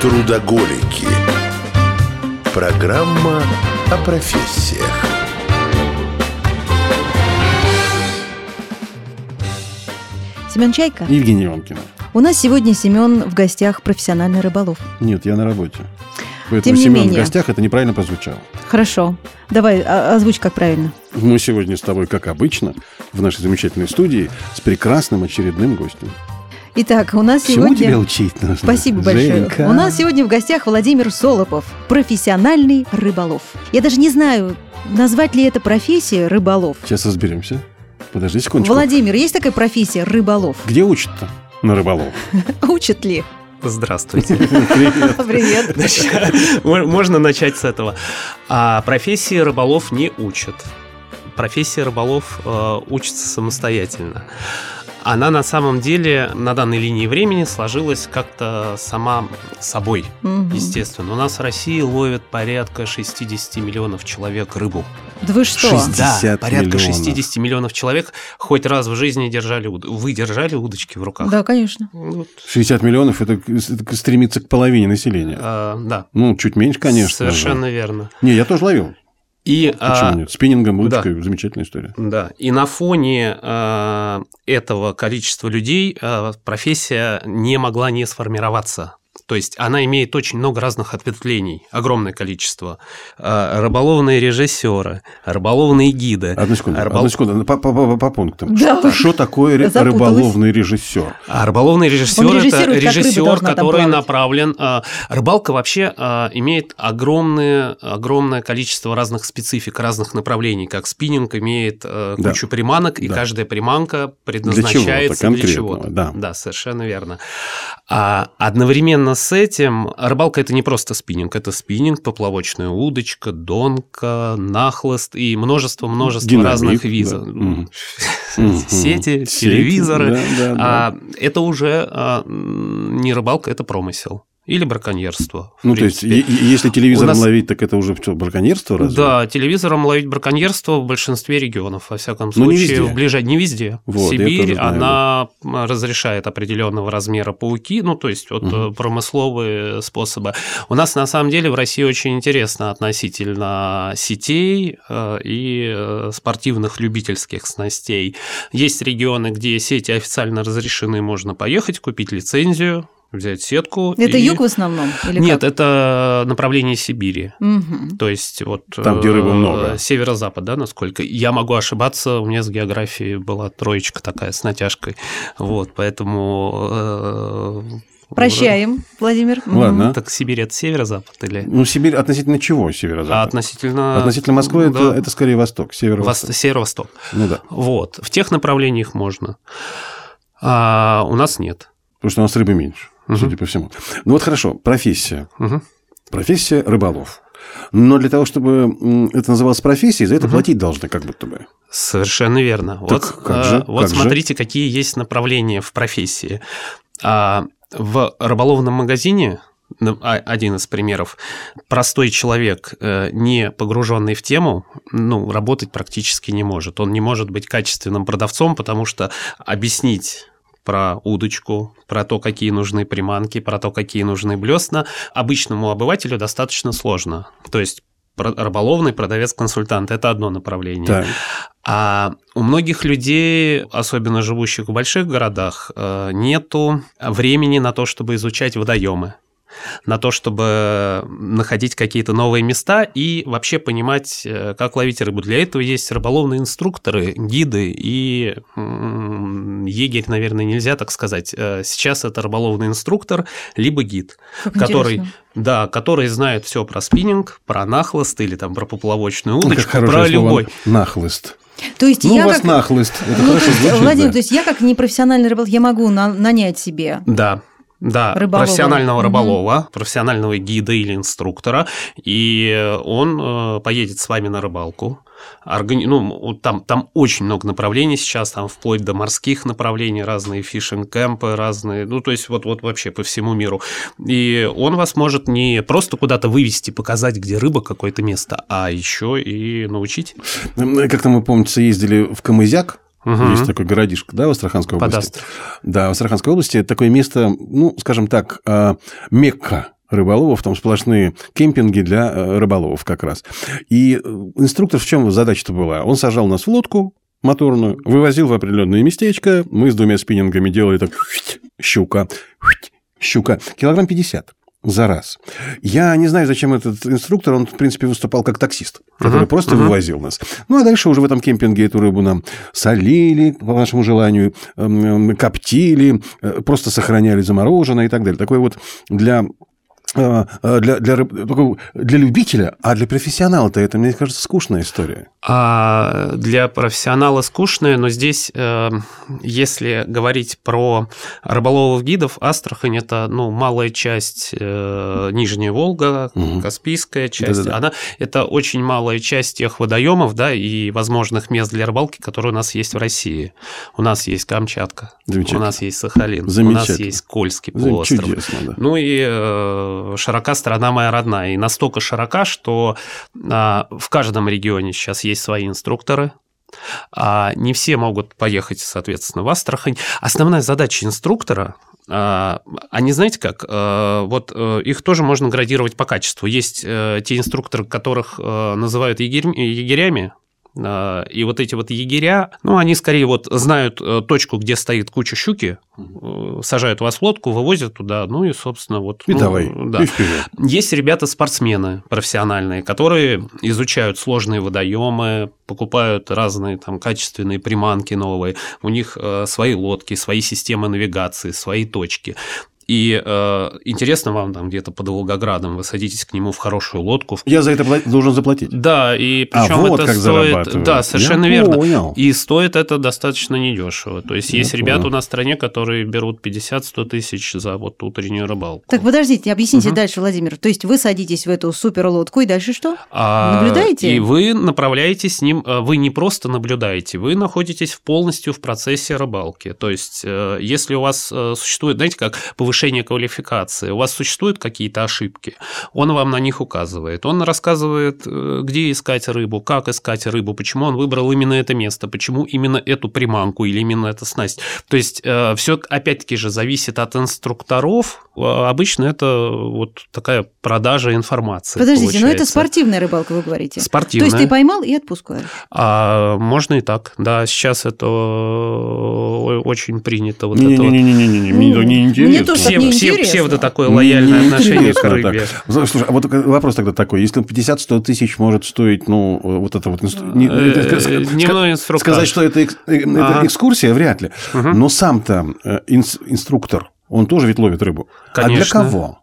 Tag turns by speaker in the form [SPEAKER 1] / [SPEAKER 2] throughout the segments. [SPEAKER 1] Трудоголики. Программа о профессиях.
[SPEAKER 2] Семен Чайка.
[SPEAKER 3] Евгения Иванкина.
[SPEAKER 2] У нас сегодня Семен в гостях профессиональный рыболов.
[SPEAKER 3] Нет, я на работе.
[SPEAKER 2] Тем
[SPEAKER 3] Поэтому
[SPEAKER 2] не
[SPEAKER 3] Семен в
[SPEAKER 2] менее.
[SPEAKER 3] гостях это неправильно прозвучало.
[SPEAKER 2] Хорошо. Давай, о- озвучь как правильно.
[SPEAKER 3] Мы сегодня с тобой, как обычно, в нашей замечательной студии с прекрасным очередным гостем.
[SPEAKER 2] Итак, у нас
[SPEAKER 3] Всему
[SPEAKER 2] сегодня...
[SPEAKER 3] тебя учить нужно.
[SPEAKER 2] Спасибо большое.
[SPEAKER 3] Женька.
[SPEAKER 2] У нас сегодня в гостях Владимир Солопов, профессиональный рыболов. Я даже не знаю, назвать ли это профессия рыболов.
[SPEAKER 3] Сейчас разберемся. Подожди секундочку.
[SPEAKER 2] Владимир, есть такая профессия рыболов?
[SPEAKER 3] Где учат-то? На рыболов.
[SPEAKER 2] Учат ли?
[SPEAKER 4] Здравствуйте.
[SPEAKER 2] Привет.
[SPEAKER 4] Значит, мо- Можно начать с этого. А, Профессии рыболов не учат. Профессия рыболов э, учится самостоятельно. Она на самом деле на данной линии времени сложилась как-то сама собой,
[SPEAKER 2] Мгм.
[SPEAKER 4] естественно. У нас в России ловят порядка 60 миллионов человек рыбу.
[SPEAKER 2] Да вы что?
[SPEAKER 3] Шесть.
[SPEAKER 4] Да,
[SPEAKER 3] 60
[SPEAKER 4] порядка
[SPEAKER 3] миллионов.
[SPEAKER 4] 60 миллионов человек хоть раз в жизни держали, уд- вы держали удочки в руках.
[SPEAKER 2] Да, конечно.
[SPEAKER 4] Вот,
[SPEAKER 3] 60 миллионов это, к- с- это к- стремится к половине населения.
[SPEAKER 4] э, да.
[SPEAKER 3] Ну, чуть меньше, конечно.
[SPEAKER 4] Совершенно верно.
[SPEAKER 3] Не, я тоже ловил.
[SPEAKER 4] И, а,
[SPEAKER 3] Почему нет? Спиннингом,
[SPEAKER 4] да.
[SPEAKER 3] удочкой. Замечательная история.
[SPEAKER 4] Да, и на фоне э, этого количества людей э, профессия не могла не сформироваться. То есть она имеет очень много разных ответвлений, огромное количество. Э, рыболовные режиссеры, рыболовные гиды.
[SPEAKER 3] Одну секунду,
[SPEAKER 4] рыбол-
[SPEAKER 3] одну секунду, ну, по, по- по- по пунктам.
[SPEAKER 2] Да.
[SPEAKER 3] А Что, что такое ре-
[SPEAKER 2] Запуталась.
[SPEAKER 3] рыболовный режиссер?
[SPEAKER 4] А рыболовный режиссер
[SPEAKER 2] Он
[SPEAKER 4] это
[SPEAKER 2] режиссирует, как рыба
[SPEAKER 4] режиссер,
[SPEAKER 2] должна там
[SPEAKER 4] который
[SPEAKER 2] плавать.
[SPEAKER 4] направлен. э, рыбалка вообще э, имеет огромное, огромное количество разных специфик, разных направлений. Как спиннинг имеет э,
[SPEAKER 3] Да.
[SPEAKER 4] кучу приманок, и
[SPEAKER 3] Да.
[SPEAKER 4] каждая приманка
[SPEAKER 3] чего-то
[SPEAKER 4] предназначается для
[SPEAKER 3] конкретного,
[SPEAKER 4] чего-то.
[SPEAKER 3] да.
[SPEAKER 4] да, совершенно верно. А одновременно с этим рыбалка это не просто спиннинг, это спиннинг, поплавочная удочка, донка, нахлыст и множество множество
[SPEAKER 3] Динамик,
[SPEAKER 4] разных
[SPEAKER 3] да.
[SPEAKER 4] визов.
[SPEAKER 3] Мгм.
[SPEAKER 4] Сети,
[SPEAKER 3] Мгм.
[SPEAKER 4] телевизоры,
[SPEAKER 3] да, да, да.
[SPEAKER 4] а, это уже а, м, не рыбалка, это промысел. Или браконьерство. в
[SPEAKER 3] ну, то есть, е-
[SPEAKER 4] принципе.
[SPEAKER 3] е- если телевизором
[SPEAKER 4] нас-
[SPEAKER 3] ловить, так это уже всё, браконьерство разве?
[SPEAKER 4] Да, телевизором ловить браконьерство в большинстве регионов, во всяком
[SPEAKER 3] Но Ну, не
[SPEAKER 4] случае,
[SPEAKER 3] везде.
[SPEAKER 4] в ближай- не везде.
[SPEAKER 3] Вот, я
[SPEAKER 4] Сибирь,
[SPEAKER 3] тоже знаю,
[SPEAKER 4] она м, разрешает определенного размера пауки, ну, то есть, вот
[SPEAKER 3] Мгм.
[SPEAKER 4] э, промысловые способы. У нас, на самом деле, в России очень интересно относительно сетей э, и э, спортивных любительских снастей. Есть регионы, где сети официально разрешены, можно поехать, купить лицензию, взять сетку.
[SPEAKER 2] Это
[SPEAKER 4] и-
[SPEAKER 2] юг в основном? Или
[SPEAKER 4] Нет,
[SPEAKER 2] как?
[SPEAKER 4] это направление Сибири.
[SPEAKER 2] Мгм.
[SPEAKER 4] То есть вот...
[SPEAKER 3] Там, где рыбы
[SPEAKER 4] э,
[SPEAKER 3] много.
[SPEAKER 4] Северо-запад, да, насколько? Я могу ошибаться, у меня с географией была троечка такая с натяжкой. Вот, поэтому... э,
[SPEAKER 2] Прощаем, Владимир. Мгм.
[SPEAKER 3] Ладно.
[SPEAKER 4] Так Сибирь это северо-запад или...
[SPEAKER 3] Ну, Сибирь относительно чего,
[SPEAKER 4] А
[SPEAKER 3] северо-запад?
[SPEAKER 4] относительно...
[SPEAKER 3] Относительно Москвы
[SPEAKER 4] ну Да,
[SPEAKER 3] это, это скорее восток,
[SPEAKER 4] вос-
[SPEAKER 3] северо-восток.
[SPEAKER 4] Северо-восток.
[SPEAKER 3] Ну да,
[SPEAKER 4] Вот. В тех направлениях можно. А у нас нет.
[SPEAKER 3] потому что у нас рыбы меньше,
[SPEAKER 4] Мгм.
[SPEAKER 3] судя по всему. Ну вот хорошо, профессия.
[SPEAKER 4] Мгм.
[SPEAKER 3] Профессия рыболов. Но для того, чтобы м, это называлось профессией, за это платить должны как будто бы.
[SPEAKER 4] Совершенно верно. вот
[SPEAKER 3] как же,
[SPEAKER 4] э, вот
[SPEAKER 3] как же?
[SPEAKER 4] смотрите, какие есть направления в профессии. А, в рыболовном магазине ну, а- один из примеров. Простой человек, э, не погруженный в тему, ну, работать практически не может. Он не может быть качественным продавцом, потому что объяснить про удочку, про то, какие нужны приманки, про то, какие нужны блесна, обычному обывателю достаточно сложно. То есть про- рыболовный продавец-консультант – это одно направление.
[SPEAKER 3] Так.
[SPEAKER 4] А у многих людей, особенно живущих в больших городах, э, нету времени на то, чтобы изучать водоемы, на то, чтобы находить какие-то новые места и вообще понимать, э, как ловить рыбу. Для этого есть рыболовные инструкторы, гиды и м, егерь, наверное, нельзя так сказать. Э, Сейчас это рыболовный инструктор либо гид.
[SPEAKER 2] Как
[SPEAKER 4] который-
[SPEAKER 2] интересно.
[SPEAKER 4] Да, который знает все про спиннинг, про нахлост или там про поплавочную
[SPEAKER 3] Ну, как
[SPEAKER 4] удочку,
[SPEAKER 3] хорошее слово.
[SPEAKER 4] про любой.
[SPEAKER 3] Нахлыст.
[SPEAKER 2] То есть
[SPEAKER 3] Ну, у
[SPEAKER 2] я
[SPEAKER 3] вас
[SPEAKER 2] как...
[SPEAKER 3] нахлыст. Это
[SPEAKER 2] Ну, то
[SPEAKER 3] хорошо
[SPEAKER 2] есть,
[SPEAKER 3] звучит,
[SPEAKER 2] Владимир,
[SPEAKER 3] да.
[SPEAKER 2] то есть я как непрофессиональный рыболов, я могу на- нанять себе
[SPEAKER 4] Да. Да,
[SPEAKER 2] Рыболова.
[SPEAKER 4] профессионального
[SPEAKER 2] Мгм.
[SPEAKER 4] рыболова, профессионального гида или инструктора, и он э, поедет с вами на рыбалку. Органи- ну, м, там, там очень много направлений сейчас, там вплоть до морских направлений, разные фишинг-кэмпы, разные, ну, то есть вот, вот вообще по всему миру. И он вас может не просто куда-то вывести, показать, где рыба, какое-то место, а еще и научить.
[SPEAKER 3] М, Как-то мы, помнится, ездили в Камызяк.
[SPEAKER 4] Мгм.
[SPEAKER 3] Есть такой городишко, да, в Астраханской области?
[SPEAKER 4] Подастр.
[SPEAKER 3] Да, в Астраханской области такое место, ну, скажем так, а, Мекка рыболовов, там сплошные кемпинги для э, рыболовов как раз. И э, инструктор в чем задача-то была? Он сажал нас в лодку моторную, вывозил в определенное местечко, мы с двумя спиннингами делали так, щука, щука, килограмм 50 за раз. Я не знаю, зачем этот инструктор, он, в принципе, выступал как таксист, который
[SPEAKER 4] Мгм.
[SPEAKER 3] просто
[SPEAKER 4] Мгм.
[SPEAKER 3] вывозил нас. Ну, а дальше уже в этом кемпинге эту рыбу нам солили, по нашему желанию, эм, эм, коптили, э, просто сохраняли замороженное и так далее. Такой вот для э, э, для, для, рыб- такого- для любителя, а для профессионала-то это, мне кажется, скучная история.
[SPEAKER 4] А для профессионала скучное, но здесь, э, если говорить про рыболовов гидов, Астрахань это ну, малая часть э, Нижняя Волга,
[SPEAKER 3] Мгм.
[SPEAKER 4] Каспийская часть.
[SPEAKER 3] Да-да-да.
[SPEAKER 4] Она это очень малая часть тех водоемов, да, и возможных мест для рыбалки, которые у нас есть в России. У нас есть Камчатка, у
[SPEAKER 3] Замечательно.
[SPEAKER 4] нас есть Сахалин, у нас
[SPEAKER 3] Замечательно.
[SPEAKER 4] есть Кольский
[SPEAKER 3] Зам-
[SPEAKER 4] полуостров.
[SPEAKER 3] Чудесно, да.
[SPEAKER 4] Ну и э, широка страна моя родная. И настолько широка, что а, в каждом регионе сейчас есть свои инструкторы. А не все могут поехать, соответственно, в Астрахань. Основная задача инструктора, а, они, знаете как, э, вот э, их тоже можно градировать по качеству. Есть э, те инструкторы, которых э, называют егерь- егерями, а, И вот эти вот егеря, ну, они скорее вот знают э, точку, где стоит куча щуки, э, сажают вас в лодку, вывозят туда, ну и, собственно, вот...
[SPEAKER 3] И
[SPEAKER 4] ну,
[SPEAKER 3] давай,
[SPEAKER 4] Да.
[SPEAKER 3] и вперед.
[SPEAKER 4] Есть ребята-спортсмены профессиональные, которые изучают сложные водоемы, покупают разные там качественные приманки новые. У них э, свои лодки, свои системы навигации, свои точки. И э, интересно вам там где-то под Волгоградом, вы садитесь к нему в хорошую лодку, в
[SPEAKER 3] Я за это пла- должен заплатить.
[SPEAKER 4] да, и
[SPEAKER 3] А
[SPEAKER 4] причем
[SPEAKER 3] вот
[SPEAKER 4] это
[SPEAKER 3] как
[SPEAKER 4] стоит...
[SPEAKER 3] зарабатывают.
[SPEAKER 4] Да,
[SPEAKER 3] Я
[SPEAKER 4] совершенно верно.
[SPEAKER 3] понял.
[SPEAKER 4] И стоит это достаточно недешево. То есть
[SPEAKER 3] Я
[SPEAKER 4] есть ребята
[SPEAKER 3] понял.
[SPEAKER 4] у нас в стране, которые берут 50-100 тысяч за вот утреннюю рыбалку.
[SPEAKER 2] Так, подождите, объясните
[SPEAKER 4] Мгм.
[SPEAKER 2] дальше, Владимир. То есть вы садитесь в эту суперлодку и дальше что?
[SPEAKER 4] А,
[SPEAKER 2] наблюдаете?
[SPEAKER 4] И вы направляетесь с ним, а, вы не просто наблюдаете, вы находитесь в- полностью в процессе рыбалки. То есть, э, если у вас э, существует, знаете, как повышение квалификации, у вас существуют какие-то ошибки, он вам на них указывает. Он рассказывает, э, где искать рыбу, как искать рыбу, почему он выбрал именно это место, почему именно эту приманку или именно эту снасть. То есть, все опять-таки же зависит от инструкторов. А, Обычно это вот такая продажа информации.
[SPEAKER 2] Подождите, но это
[SPEAKER 4] получается.
[SPEAKER 2] спортивная рыбалка, вы говорите. То
[SPEAKER 4] Спортивная.
[SPEAKER 2] есть ты поймал и отпускаешь.
[SPEAKER 4] А, можно и так. Да, сейчас это э, о- очень принято. Вот это вот. Ну,
[SPEAKER 3] Не-не-не-не-не, мне это не
[SPEAKER 2] Мне
[SPEAKER 3] интересно.
[SPEAKER 2] тоже
[SPEAKER 4] Псев-
[SPEAKER 2] мне
[SPEAKER 4] псев-
[SPEAKER 2] интересно.
[SPEAKER 4] псевдо такое лояльное
[SPEAKER 3] Не
[SPEAKER 4] отношение к
[SPEAKER 3] интересно
[SPEAKER 4] рыбе.
[SPEAKER 3] так. Ну, Слушай, а вот такой вопрос тогда такой. Если 50-100 тысяч может стоить, ну, вот это вот... инстру- не- это
[SPEAKER 4] Э,
[SPEAKER 3] ска-
[SPEAKER 4] Дневной
[SPEAKER 3] ска-
[SPEAKER 4] инструктор.
[SPEAKER 3] Сказать, что это экс- э, это
[SPEAKER 4] Ага.
[SPEAKER 3] экскурсия, вряд ли.
[SPEAKER 4] Мгм.
[SPEAKER 3] Но сам-то э, инс- инструктор, он тоже ведь ловит рыбу. А для
[SPEAKER 4] Конечно.
[SPEAKER 3] кого?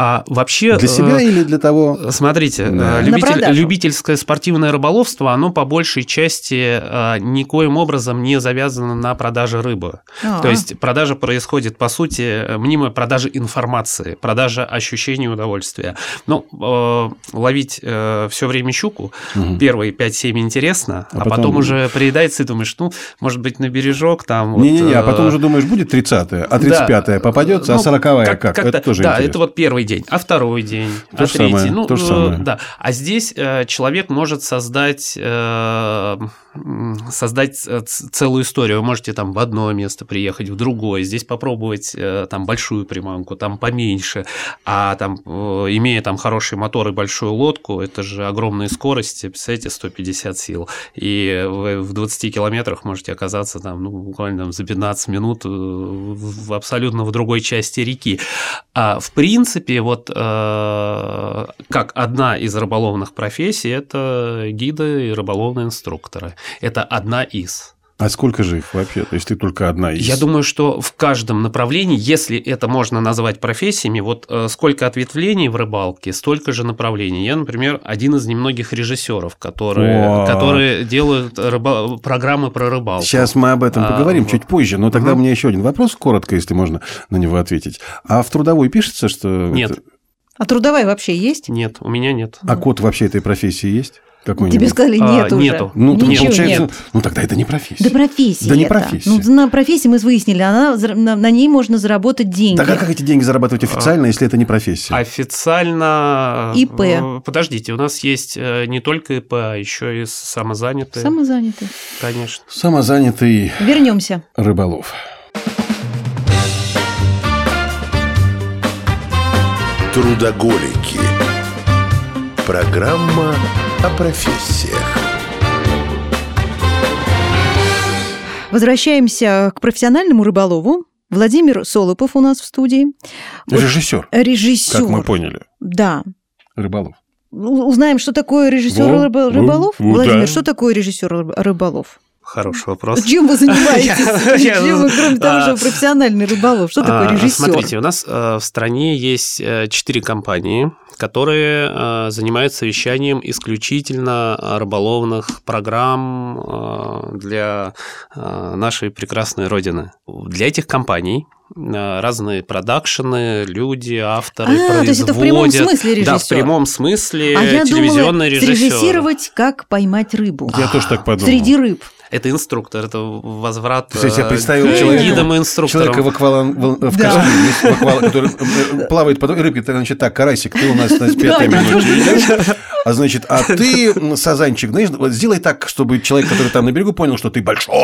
[SPEAKER 4] А вообще...
[SPEAKER 3] Для себя
[SPEAKER 4] э,
[SPEAKER 3] или для того...
[SPEAKER 4] Смотрите,
[SPEAKER 3] Да.
[SPEAKER 2] На
[SPEAKER 4] э, любитель-
[SPEAKER 2] продажу.
[SPEAKER 4] любительское спортивное рыболовство, оно по большей части э, никоим образом не завязано на продаже рыбы.
[SPEAKER 2] А,
[SPEAKER 4] То есть продажа происходит, по сути, э, мнимая продажа информации, продажа ощущения удовольствия. Ну, э, ловить все время щуку,
[SPEAKER 3] Мгм.
[SPEAKER 4] первые 5-7 интересно, а,
[SPEAKER 3] А
[SPEAKER 4] потом...
[SPEAKER 3] потом-
[SPEAKER 4] уже приедается и думаешь, ну, может быть, на бережок там... вот,
[SPEAKER 3] Не-не-не, а потом
[SPEAKER 4] э,
[SPEAKER 3] уже думаешь, будет 30-е, а 35-е
[SPEAKER 4] да.
[SPEAKER 3] попадется, а
[SPEAKER 4] Ну,
[SPEAKER 3] 40-е как?
[SPEAKER 4] как-то-
[SPEAKER 3] Это тоже
[SPEAKER 4] Да,
[SPEAKER 3] интересно.
[SPEAKER 4] это вот первый день, а второй день,
[SPEAKER 3] То
[SPEAKER 4] а
[SPEAKER 3] же
[SPEAKER 4] третий.
[SPEAKER 3] самое,
[SPEAKER 4] ну,
[SPEAKER 3] то же
[SPEAKER 4] э,
[SPEAKER 3] самое.
[SPEAKER 4] Да. А здесь э, человек может создать, э, м, создать э, ц- целую историю. Вы можете там в одно место приехать, в другое, здесь попробовать э, там большую приманку, там поменьше. А там, э, имея там хороший мотор и большую лодку, это же огромные скорости, представляете, 150 сил. И вы в 20 километрах можете оказаться там, ну, буквально там за 15 минут э, в в абсолютно в другой части реки. А в принципе, вот э, как одна из рыболовных профессий, это гиды и рыболовные инструкторы. Это одна из.
[SPEAKER 3] А сколько же их вообще? То есть ты только одна из...
[SPEAKER 4] Я думаю, что в каждом направлении, если это можно назвать профессиями, вот э, сколько ответвлений в рыбалке, столько же направлений. Я, например, один из немногих режиссеров, которые,
[SPEAKER 3] О.
[SPEAKER 4] которые делают рыба- программы про рыбалку.
[SPEAKER 3] Сейчас мы об этом
[SPEAKER 4] А,
[SPEAKER 3] поговорим
[SPEAKER 4] вот.
[SPEAKER 3] чуть позже, но тогда
[SPEAKER 4] Мгм.
[SPEAKER 3] у меня еще один вопрос, коротко, если можно на него ответить. А в трудовой пишется, что...
[SPEAKER 4] Нет,
[SPEAKER 3] это-
[SPEAKER 2] а трудовая вообще есть?
[SPEAKER 4] нет, у меня нет.
[SPEAKER 3] А код вообще этой профессии есть? Какой-нибудь?
[SPEAKER 2] Тебе сказали
[SPEAKER 4] А,
[SPEAKER 2] нет уже.
[SPEAKER 4] нету.
[SPEAKER 3] Ну, так
[SPEAKER 2] Ничего
[SPEAKER 3] получается,
[SPEAKER 2] нет.
[SPEAKER 3] ну тогда это не профессия.
[SPEAKER 2] Да профессия
[SPEAKER 3] Да не
[SPEAKER 2] это.
[SPEAKER 3] профессия.
[SPEAKER 2] Ну, на профессии мы выяснили, она, зар- на, на ней можно заработать деньги.
[SPEAKER 3] Так а как эти деньги зарабатывать официально, если это не профессия?
[SPEAKER 4] А Официально... э,
[SPEAKER 2] ИП.
[SPEAKER 4] э, Подождите, у нас есть э, не только ИП, а еще и самозанятые,
[SPEAKER 2] Самозанятый.
[SPEAKER 4] конечно.
[SPEAKER 3] Самозанятый
[SPEAKER 2] Вернемся.
[SPEAKER 3] рыболов.
[SPEAKER 1] Трудоголики. Программа о профессиях.
[SPEAKER 2] Возвращаемся к профессиональному рыболову. Владимир Солопов у нас в студии. Вот
[SPEAKER 3] Режиссер,
[SPEAKER 2] Режиссер.
[SPEAKER 3] как мы поняли.
[SPEAKER 2] Да.
[SPEAKER 3] Рыболов.
[SPEAKER 2] У- Узнаем, что такое режиссер
[SPEAKER 3] Во,
[SPEAKER 2] рыбо-
[SPEAKER 3] во,
[SPEAKER 2] рыболов.
[SPEAKER 3] во,
[SPEAKER 2] Владимир,
[SPEAKER 3] да.
[SPEAKER 2] что такое режиссер рыб- рыболов?
[SPEAKER 4] Хороший вопрос.
[SPEAKER 2] Чем вы занимаетесь?
[SPEAKER 4] Я- я-
[SPEAKER 2] Чем вы, кроме того,
[SPEAKER 4] а,
[SPEAKER 2] что вы профессиональный рыболов? Что такое
[SPEAKER 4] А,
[SPEAKER 2] режиссер?
[SPEAKER 4] Смотрите, у нас э, в стране есть э, четыре компании, которые э, занимаются вещанием исключительно э, рыболовных программ э, для э, нашей прекрасной родины. Для этих компаний э, разные продакшены, люди, авторы
[SPEAKER 2] А, то есть это в прямом
[SPEAKER 4] производят.
[SPEAKER 2] смысле режиссер?
[SPEAKER 4] Да, в прямом смысле
[SPEAKER 2] А я думала,
[SPEAKER 4] телевизионный режиссер.
[SPEAKER 2] срежиссировать, как поймать рыбу.
[SPEAKER 3] Я тоже так подумал.
[SPEAKER 2] Среди рыб.
[SPEAKER 4] Это инструктор, это возврат
[SPEAKER 3] То есть я
[SPEAKER 4] э,
[SPEAKER 3] представил
[SPEAKER 4] к
[SPEAKER 3] человека-
[SPEAKER 4] гидам и инструкторам.
[SPEAKER 3] Человека в аквалан... в- в
[SPEAKER 2] Да.
[SPEAKER 3] костюме, есть в аквалан- который э, э, плавает под рыбки, так, значит, так, карасик, ты у нас на
[SPEAKER 2] Да,
[SPEAKER 3] пятой
[SPEAKER 2] да.
[SPEAKER 3] минуте идешь. а значит, а ты, м, сазанчик, знаешь, вот сделай так, чтобы человек, который там на берегу, понял, что ты большой,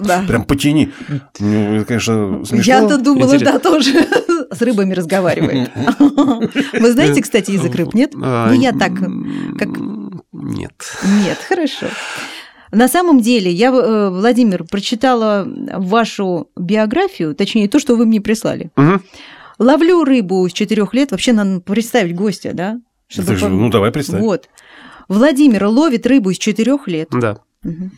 [SPEAKER 2] Да.
[SPEAKER 3] прям потяни. Ну, это, конечно, смешно.
[SPEAKER 2] Я-то думала,
[SPEAKER 4] Интересно.
[SPEAKER 2] да, тоже с рыбами разговаривает. Вы знаете, кстати, язык рыб, нет?
[SPEAKER 4] А,
[SPEAKER 2] Ну, я так,
[SPEAKER 4] м,
[SPEAKER 2] как-
[SPEAKER 4] Нет.
[SPEAKER 2] Нет, хорошо. На самом деле, я, э, Владимир, прочитала вашу биографию, точнее, то, что вы мне прислали.
[SPEAKER 4] Мгм.
[SPEAKER 2] Ловлю рыбу с 4 лет. Вообще надо представить гостя, да? Чтобы
[SPEAKER 3] Ты же-
[SPEAKER 2] по-
[SPEAKER 3] Ну, давай представь.
[SPEAKER 2] Вот. Владимир ловит рыбу с 4 лет.
[SPEAKER 4] Да,
[SPEAKER 2] Мгм.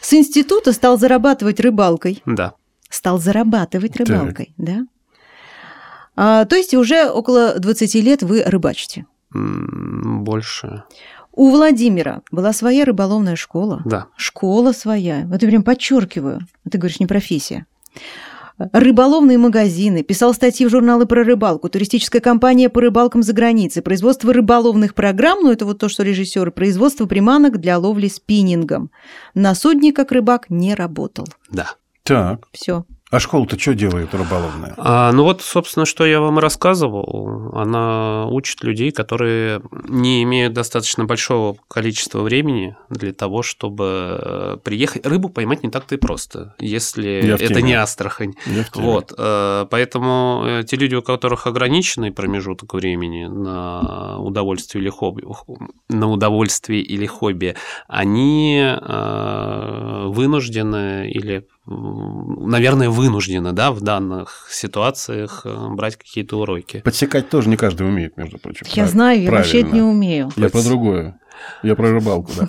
[SPEAKER 2] С института стал зарабатывать рыбалкой.
[SPEAKER 4] да.
[SPEAKER 2] Стал зарабатывать
[SPEAKER 3] Так.
[SPEAKER 2] рыбалкой, да? А, то есть уже около 20 лет вы рыбачите.
[SPEAKER 4] М, Больше.
[SPEAKER 2] У Владимира была своя рыболовная школа.
[SPEAKER 4] Да.
[SPEAKER 2] Школа своя. Вот я прям подчеркиваю. А Ты говоришь, не профессия. Рыболовные магазины, писал статьи в журналы про рыбалку, туристическая компания по рыбалкам за границей, производство рыболовных программ, ну это вот то, что режиссеры, производство приманок для ловли спиннингом. На судне как рыбак не работал.
[SPEAKER 4] Да.
[SPEAKER 3] Так.
[SPEAKER 2] Все.
[SPEAKER 3] А школа-то что делает рыболовная?
[SPEAKER 4] А, ну вот, собственно, что я вам и рассказывал. Она учит людей, которые не имеют достаточно большого количества времени для того, чтобы э, приехать. Рыбу поймать не так-то и просто, если
[SPEAKER 3] Я в
[SPEAKER 4] это
[SPEAKER 3] теме.
[SPEAKER 4] не Астрахань.
[SPEAKER 3] Я в теме.
[SPEAKER 4] Вот, э, поэтому э, те люди, у которых ограниченный промежуток времени на удовольствие или хобби, на удовольствие или хобби, они э, вынуждены или, м, наверное, вынуждены, да, в данных ситуациях э, брать какие-то уроки.
[SPEAKER 3] Подсекать тоже не каждый умеет, между прочим.
[SPEAKER 2] Я знаю, я вообще
[SPEAKER 3] вообще
[SPEAKER 2] это не умею.
[SPEAKER 3] Я про другое. Я про рыбалку, да.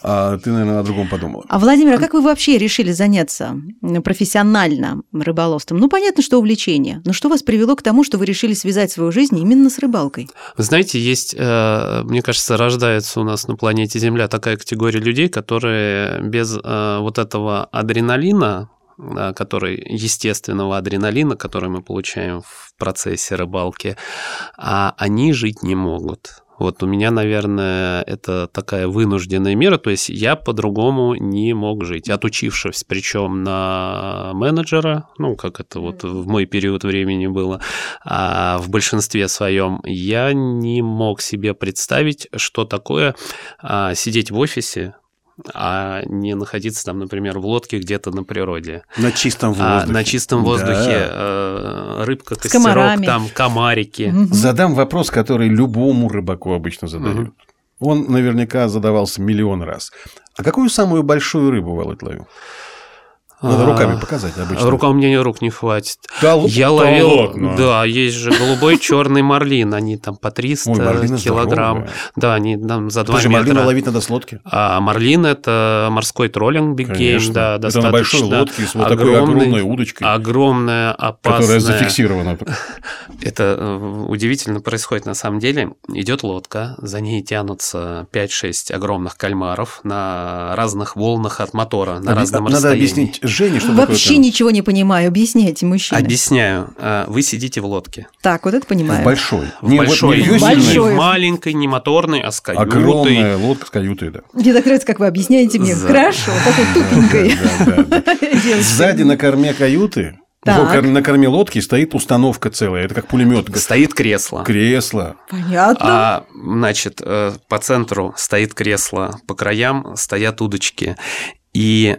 [SPEAKER 3] А ты, наверное, о другом подумала.
[SPEAKER 2] А Владимир, а как вы вообще решили заняться м, профессионально рыболовством? Ну, понятно, что увлечение. Но что вас привело к тому, что вы решили связать свою жизнь именно с рыбалкой?
[SPEAKER 4] Вы знаете, есть, э, мне кажется, рождается у нас на планете Земля такая категория людей, которые без э, вот этого адреналина, э, который естественного адреналина, который мы получаем в процессе рыбалки, а они жить не могут. Вот у меня, наверное, это такая вынужденная мера, то есть я по-другому не мог жить, отучившись причем на менеджера, ну, как это вот в мой период времени было, а в большинстве своем, я не мог себе представить, что такое а, сидеть в офисе, а не находиться там, например, в лодке где-то на природе.
[SPEAKER 3] На чистом
[SPEAKER 4] А
[SPEAKER 3] воздухе.
[SPEAKER 4] на чистом воздухе
[SPEAKER 3] Да.
[SPEAKER 4] э, рыбка, костерок,
[SPEAKER 2] комарами.
[SPEAKER 4] там комарики.
[SPEAKER 2] Мгм.
[SPEAKER 3] Задам вопрос, который любому рыбаку обычно задают. Он наверняка задавался миллион раз. А какую самую большую рыбу Володь ловил? Надо
[SPEAKER 4] А,
[SPEAKER 3] Ну, руками показать обычно.
[SPEAKER 4] Рука у меня рук не хватит.
[SPEAKER 3] Да, л-
[SPEAKER 4] Я
[SPEAKER 3] да
[SPEAKER 4] ловил,
[SPEAKER 3] ладно.
[SPEAKER 4] да, есть же голубой, черный марлин, они там по 300
[SPEAKER 3] Ой, марлина
[SPEAKER 4] килограмм.
[SPEAKER 3] здоровая.
[SPEAKER 4] Да, они там за 2
[SPEAKER 3] Подожди,
[SPEAKER 4] метра.
[SPEAKER 3] марлина ловить надо с лодки?
[SPEAKER 4] А марлин – это морской троллинг, биг гейм,
[SPEAKER 3] Конечно.
[SPEAKER 4] да,
[SPEAKER 3] Это на
[SPEAKER 4] достаточно
[SPEAKER 3] большой лодке с вот такой
[SPEAKER 4] огромный,
[SPEAKER 3] огромной удочкой,
[SPEAKER 4] Огромная, опасная.
[SPEAKER 3] которая зафиксирована.
[SPEAKER 4] Это э, удивительно происходит на самом деле. Идет лодка, за ней тянутся 5-6 огромных кальмаров на разных волнах от мотора, на
[SPEAKER 3] Обе-
[SPEAKER 4] разном
[SPEAKER 3] Надо
[SPEAKER 4] расстоянии.
[SPEAKER 3] объяснить Жене, что
[SPEAKER 2] Вообще
[SPEAKER 3] такое.
[SPEAKER 2] ничего не понимаю. Объясняйте, мужчина.
[SPEAKER 4] Объясняю. Э, Вы сидите в лодке.
[SPEAKER 2] Так, вот это
[SPEAKER 3] В
[SPEAKER 2] понимаю.
[SPEAKER 3] большой.
[SPEAKER 4] В
[SPEAKER 3] Не, вот
[SPEAKER 4] большой,
[SPEAKER 3] не
[SPEAKER 4] не
[SPEAKER 3] её
[SPEAKER 4] в
[SPEAKER 2] Большой.
[SPEAKER 3] сильной,
[SPEAKER 2] сильной.
[SPEAKER 4] маленькой, не моторной, а с каютой.
[SPEAKER 3] Огромная лодка с каютой, да.
[SPEAKER 2] Мне так нравится, как вы объясняете мне.
[SPEAKER 4] За-
[SPEAKER 2] Хорошо, такой тупенькой.
[SPEAKER 3] Да, да, да.
[SPEAKER 2] девочка.
[SPEAKER 3] Сзади на корме каюты,
[SPEAKER 2] Так.
[SPEAKER 3] во, кор- на корме лодки стоит установка целая. Это как пулемет.
[SPEAKER 4] Стоит кресло.
[SPEAKER 3] Кресло.
[SPEAKER 2] Понятно.
[SPEAKER 4] А, значит, э, по центру стоит кресло, по краям стоят удочки. И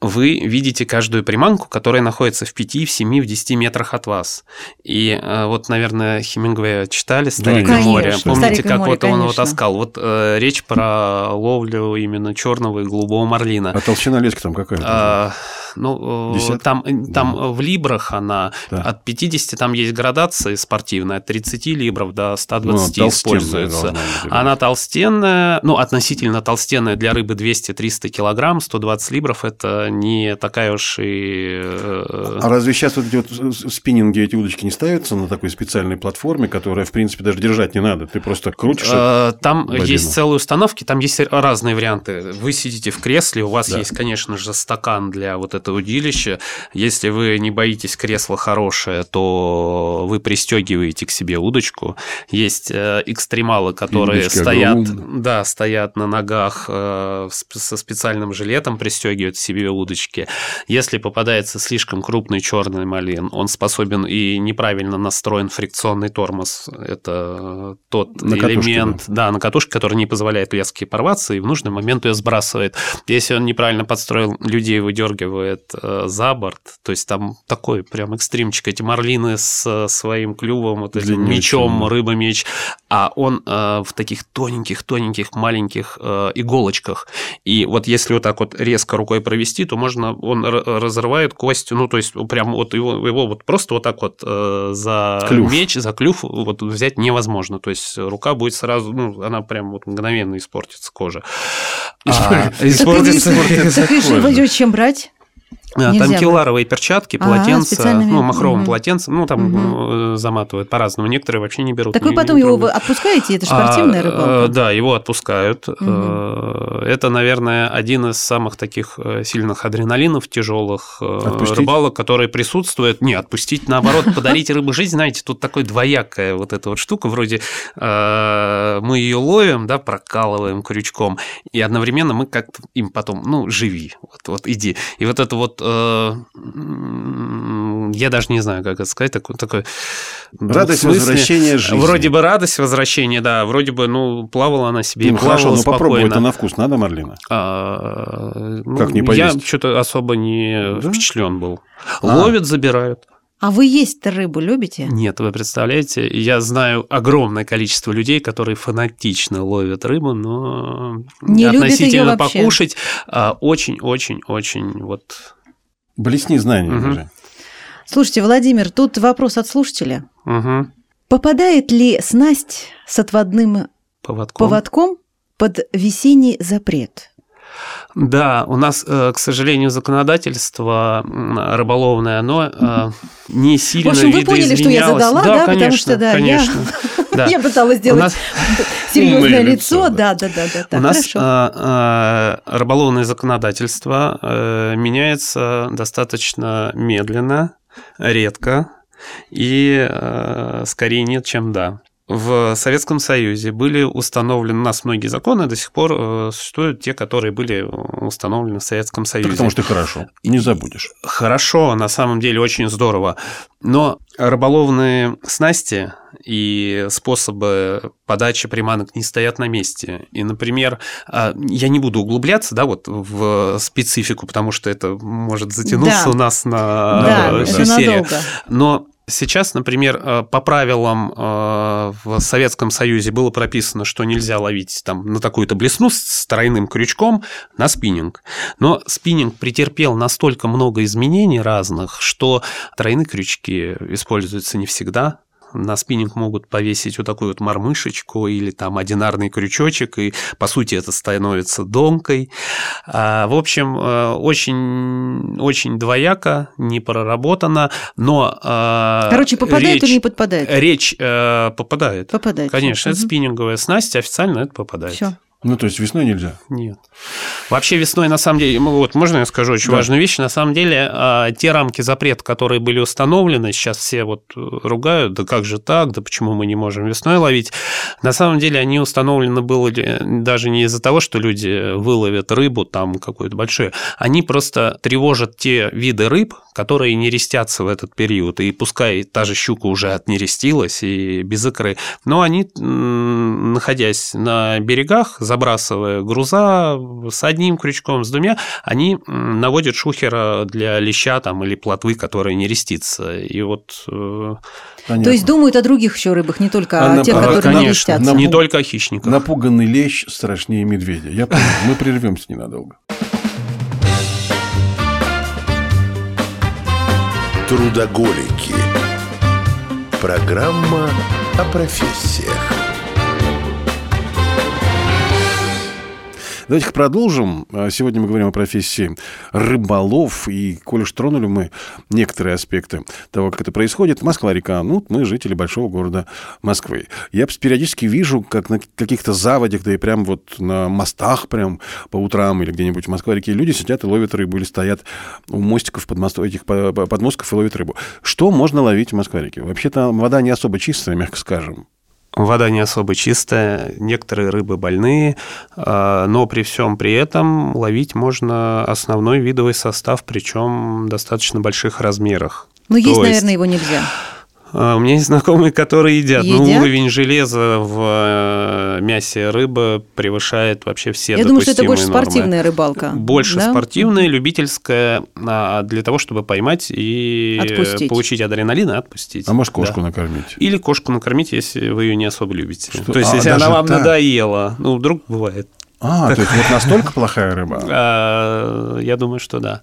[SPEAKER 4] вы видите каждую приманку, которая находится в 5, в 7, в 10 метрах от вас. И э, вот, наверное, Хемингуэя читали «Старик
[SPEAKER 3] Да,
[SPEAKER 4] и море».
[SPEAKER 3] конечно.
[SPEAKER 4] Помните,
[SPEAKER 2] «Старик и
[SPEAKER 4] как
[SPEAKER 2] море»,
[SPEAKER 4] вот он его
[SPEAKER 2] конечно.
[SPEAKER 4] таскал? Вот э, речь про ловлю именно черного и голубого марлина.
[SPEAKER 3] А толщина леска там какая?
[SPEAKER 4] А, ну, э,
[SPEAKER 3] Десятка?
[SPEAKER 4] там, э, там
[SPEAKER 3] Да.
[SPEAKER 4] э, в либрах она
[SPEAKER 3] Да.
[SPEAKER 4] от 50, там есть градации спортивные, от 30 либров до
[SPEAKER 3] Ну,
[SPEAKER 4] 120
[SPEAKER 3] толстенная
[SPEAKER 4] используется.
[SPEAKER 3] должна быть,
[SPEAKER 4] Она толстенная, ну, относительно толстенная для рыбы 200-300 килограмм, 120 либров – это не такая уж и... э,
[SPEAKER 3] А разве сейчас вот эти вот с- с- спиннинги, эти удочки не ставятся на такой специальной платформе, которая, в принципе, даже держать не надо? Ты просто крутишь это?
[SPEAKER 4] Э, Там
[SPEAKER 3] бобину.
[SPEAKER 4] есть целые установки, там есть разные варианты. Вы сидите в кресле, у вас
[SPEAKER 3] Да.
[SPEAKER 4] есть, конечно же, стакан для вот этого удилища. Если вы не боитесь кресла хорошее, то вы пристегиваете к себе удочку. Есть э, экстремалы, которые
[SPEAKER 3] удочки
[SPEAKER 4] стоят,
[SPEAKER 3] огромные.
[SPEAKER 4] да, стоят на ногах э, с- со специальным жилетом, пристегивают к себе удочки. Если попадается слишком крупный черный малин, он способен и неправильно настроен фрикционный тормоз. Это э, тот
[SPEAKER 3] На катушке,
[SPEAKER 4] элемент, да, на катушке, который не позволяет леске порваться и в нужный момент ее сбрасывает. Если он неправильно подстроил, людей выдергивает э, за борт. То есть там такой прям экстримчик. Эти марлины с э, своим клювом, вот этим
[SPEAKER 3] Длиннющим,
[SPEAKER 4] мечом,
[SPEAKER 3] да.
[SPEAKER 4] рыба-меч. А он э, в таких тоненьких-тоненьких маленьких э, иголочках. И вот если вот так вот резко рукой провести, то можно, он р- разрывает кость, ну, то есть прям вот его, его вот просто вот так вот э, за
[SPEAKER 3] Клюв.
[SPEAKER 4] меч, за клюв вот взять невозможно. То есть рука будет сразу, ну, она прям вот мгновенно испортится кожа. А,
[SPEAKER 2] Так и- так и
[SPEAKER 3] Испортится
[SPEAKER 2] же- чем брать?
[SPEAKER 4] а,
[SPEAKER 2] Нельзя
[SPEAKER 4] Там
[SPEAKER 2] брать.
[SPEAKER 4] кевларовые перчатки,
[SPEAKER 2] А,
[SPEAKER 4] полотенца,
[SPEAKER 2] специальными.
[SPEAKER 4] ну, махровым
[SPEAKER 2] Мгм.
[SPEAKER 4] полотенцем, ну, там
[SPEAKER 2] Мгм.
[SPEAKER 4] э, заматывают по-разному. Некоторые вообще не берут. ну,
[SPEAKER 2] Так вы
[SPEAKER 4] не-
[SPEAKER 2] потом
[SPEAKER 4] не
[SPEAKER 2] его
[SPEAKER 4] трогают.
[SPEAKER 2] вы отпускаете? Это же
[SPEAKER 4] А,
[SPEAKER 2] спортивная
[SPEAKER 4] э,
[SPEAKER 2] рыбалка.
[SPEAKER 4] Да, его отпускают.
[SPEAKER 2] Мгм.
[SPEAKER 4] Э, Это, наверное, один из самых таких э, сильных адреналинов тяжелых э,
[SPEAKER 3] Отпустить?
[SPEAKER 4] рыбалок, которые присутствуют. Не, отпустить, наоборот, подарить рыбу жизнь. Знаете, тут такой двоякая вот эта вот штука. Вроде э, мы ее ловим, да, прокалываем крючком, и одновременно мы как-то им потом, ну, живи, вот, вот иди. И вот это вот, э, м, я даже не знаю, как это сказать, такой, такой
[SPEAKER 3] Радость
[SPEAKER 4] двухсмысленный-
[SPEAKER 3] возвращения жизни.
[SPEAKER 4] ну, Вроде бы радость возвращения, да, вроде бы, ну, плавала она себе
[SPEAKER 3] Ну,
[SPEAKER 4] и плавала
[SPEAKER 3] хорошо, но попробовать
[SPEAKER 4] спокойно.
[SPEAKER 3] на вкус надо, Марлина?
[SPEAKER 4] А, ну,
[SPEAKER 3] Как не
[SPEAKER 4] я
[SPEAKER 3] поесть?
[SPEAKER 4] что-то особо не
[SPEAKER 3] Да?
[SPEAKER 4] впечатлен был.
[SPEAKER 3] А.
[SPEAKER 4] Ловят, забирают.
[SPEAKER 2] А вы есть-то рыбу любите?
[SPEAKER 4] Нет, вы представляете, я знаю огромное количество людей, которые фанатично ловят рыбу, но
[SPEAKER 2] Не любят её
[SPEAKER 4] относительно
[SPEAKER 2] вообще.
[SPEAKER 4] покушать а, очень-очень-очень вот.
[SPEAKER 3] Блесни знания
[SPEAKER 4] Мгм.
[SPEAKER 3] даже.
[SPEAKER 2] Слушайте, Владимир, тут вопрос от слушателя.
[SPEAKER 4] Угу.
[SPEAKER 2] Попадает ли снасть с отводным
[SPEAKER 4] Поводком.
[SPEAKER 2] поводком под весенний запрет?
[SPEAKER 4] Да, у нас, э, к сожалению, законодательство м, рыболовное, оно э, не сильно
[SPEAKER 2] В общем, вы поняли, что я
[SPEAKER 4] видоизменялось.
[SPEAKER 2] задала, да, потому
[SPEAKER 4] конечно,
[SPEAKER 2] что, да, я-
[SPEAKER 4] конечно, да.
[SPEAKER 2] Я пыталась
[SPEAKER 4] У
[SPEAKER 2] сделать
[SPEAKER 4] нас,
[SPEAKER 2] серьезное
[SPEAKER 3] умное
[SPEAKER 2] лицо.
[SPEAKER 3] лицо,
[SPEAKER 2] Да, да, да, да.
[SPEAKER 4] у
[SPEAKER 2] так,
[SPEAKER 4] нас
[SPEAKER 2] Хорошо.
[SPEAKER 4] э, э, рыболовное законодательство э, меняется достаточно медленно, редко и э, скорее нет, чем да. В Советском Союзе были установлены у нас многие законы, до сих пор э, существуют те, которые были э, установлены в Советском Союзе.
[SPEAKER 3] Потому что хорошо, не забудешь.
[SPEAKER 4] Хорошо, на самом деле очень здорово. Но рыболовные снасти и способы подачи приманок не стоят на месте. И, например, а, я не буду углубляться да, вот в специфику, потому что это может затянуться
[SPEAKER 2] Да.
[SPEAKER 4] у нас на
[SPEAKER 2] Да,
[SPEAKER 4] э,
[SPEAKER 3] да,
[SPEAKER 2] это
[SPEAKER 4] всю серию.
[SPEAKER 2] надолго.
[SPEAKER 4] Но сейчас, например, э, по правилам э, в Советском Союзе было прописано, что нельзя ловить там на такую-то блесну с тройным крючком на спиннинг. Но спиннинг претерпел настолько много изменений разных, что тройные крючки используются не всегда. На спиннинг могут повесить вот такую вот мормышечку или там одинарный крючочек, и по сути это становится донкой. А, В общем, э, очень, очень двояко, не проработано, но... э,
[SPEAKER 2] Короче, попадает
[SPEAKER 4] речь,
[SPEAKER 2] или не подпадает?
[SPEAKER 4] Речь э, попадает.
[SPEAKER 2] Попадает.
[SPEAKER 4] Конечно, это
[SPEAKER 2] Мгм.
[SPEAKER 4] спиннинговая снасть, официально это попадает.
[SPEAKER 2] Всё.
[SPEAKER 3] Ну, то есть весной нельзя.
[SPEAKER 4] Нет. Вообще весной, на самом деле, ну, вот можно я скажу очень
[SPEAKER 3] Да.
[SPEAKER 4] важную вещь? На самом деле, а, те рамки запрет, которые были установлены, сейчас все вот э, ругают, да как же так, да почему мы не можем весной ловить. На самом деле, они установлены были даже не из-за того, что люди выловят рыбу там какую-то большую, они просто тревожат те виды рыб, которые не рестятся в этот период, и пускай та же щука уже отнерестилась и без икры, но они, м, находясь на берегах, забрасывая груза с одним крючком, с двумя, они наводят шухера для леща там, или плотвы, которая не рестится. И вот... э,
[SPEAKER 2] То есть думают о других еще рыбах, не только
[SPEAKER 3] А
[SPEAKER 2] о
[SPEAKER 3] на-
[SPEAKER 2] тех,
[SPEAKER 3] а,
[SPEAKER 2] которые не
[SPEAKER 3] конечно,
[SPEAKER 2] листятся.
[SPEAKER 3] на-
[SPEAKER 4] не только о хищниках.
[SPEAKER 3] Напуганный лещ страшнее медведя. Я понял, мы прервемся ненадолго.
[SPEAKER 1] Трудоголики. Программа о профессиях.
[SPEAKER 3] Давайте-ка продолжим. А, Сегодня мы говорим о профессии рыболов. И, коль уж тронули мы некоторые аспекты того, как это происходит, Москва-река. Ну, вот мы жители большого города Москвы. Я пс- периодически вижу, как на каких-то заводях, да и прям вот на мостах прям по утрам или где-нибудь в Москва-реке люди сидят и ловят рыбу или стоят у мостиков под мосто- этих по- по- подмостков и ловят рыбу. Что можно ловить в Москва-реке? Вообще-то вода не особо чистая, мягко скажем.
[SPEAKER 4] Вода не особо чистая, некоторые рыбы больные, а, но при всем при этом ловить можно основной видовый состав, причем достаточно больших размерах.
[SPEAKER 2] Ну, есть,
[SPEAKER 4] То есть-
[SPEAKER 2] наверное, его нельзя.
[SPEAKER 4] А, У меня есть знакомые, которые едят.
[SPEAKER 2] Едят?
[SPEAKER 4] Ну, уровень железа в э, мясе рыбы превышает вообще все
[SPEAKER 2] Я думаю, что это
[SPEAKER 4] допустимые
[SPEAKER 2] больше
[SPEAKER 4] нормы.
[SPEAKER 2] спортивная рыбалка.
[SPEAKER 4] Больше
[SPEAKER 2] да?
[SPEAKER 4] спортивная, любительская, а, для того, чтобы поймать и э,
[SPEAKER 2] Отпустить.
[SPEAKER 4] получить адреналин и отпустить.
[SPEAKER 3] А может
[SPEAKER 4] Да.
[SPEAKER 3] кошку накормить?
[SPEAKER 4] Или кошку накормить, если вы ее не особо любите.
[SPEAKER 3] Что?
[SPEAKER 4] То есть,
[SPEAKER 3] А,
[SPEAKER 4] если
[SPEAKER 3] даже
[SPEAKER 4] она вам
[SPEAKER 3] так?
[SPEAKER 4] надоела. Ну, вдруг бывает.
[SPEAKER 3] А, то есть вот настолько плохая рыба?
[SPEAKER 4] А, я думаю, что да.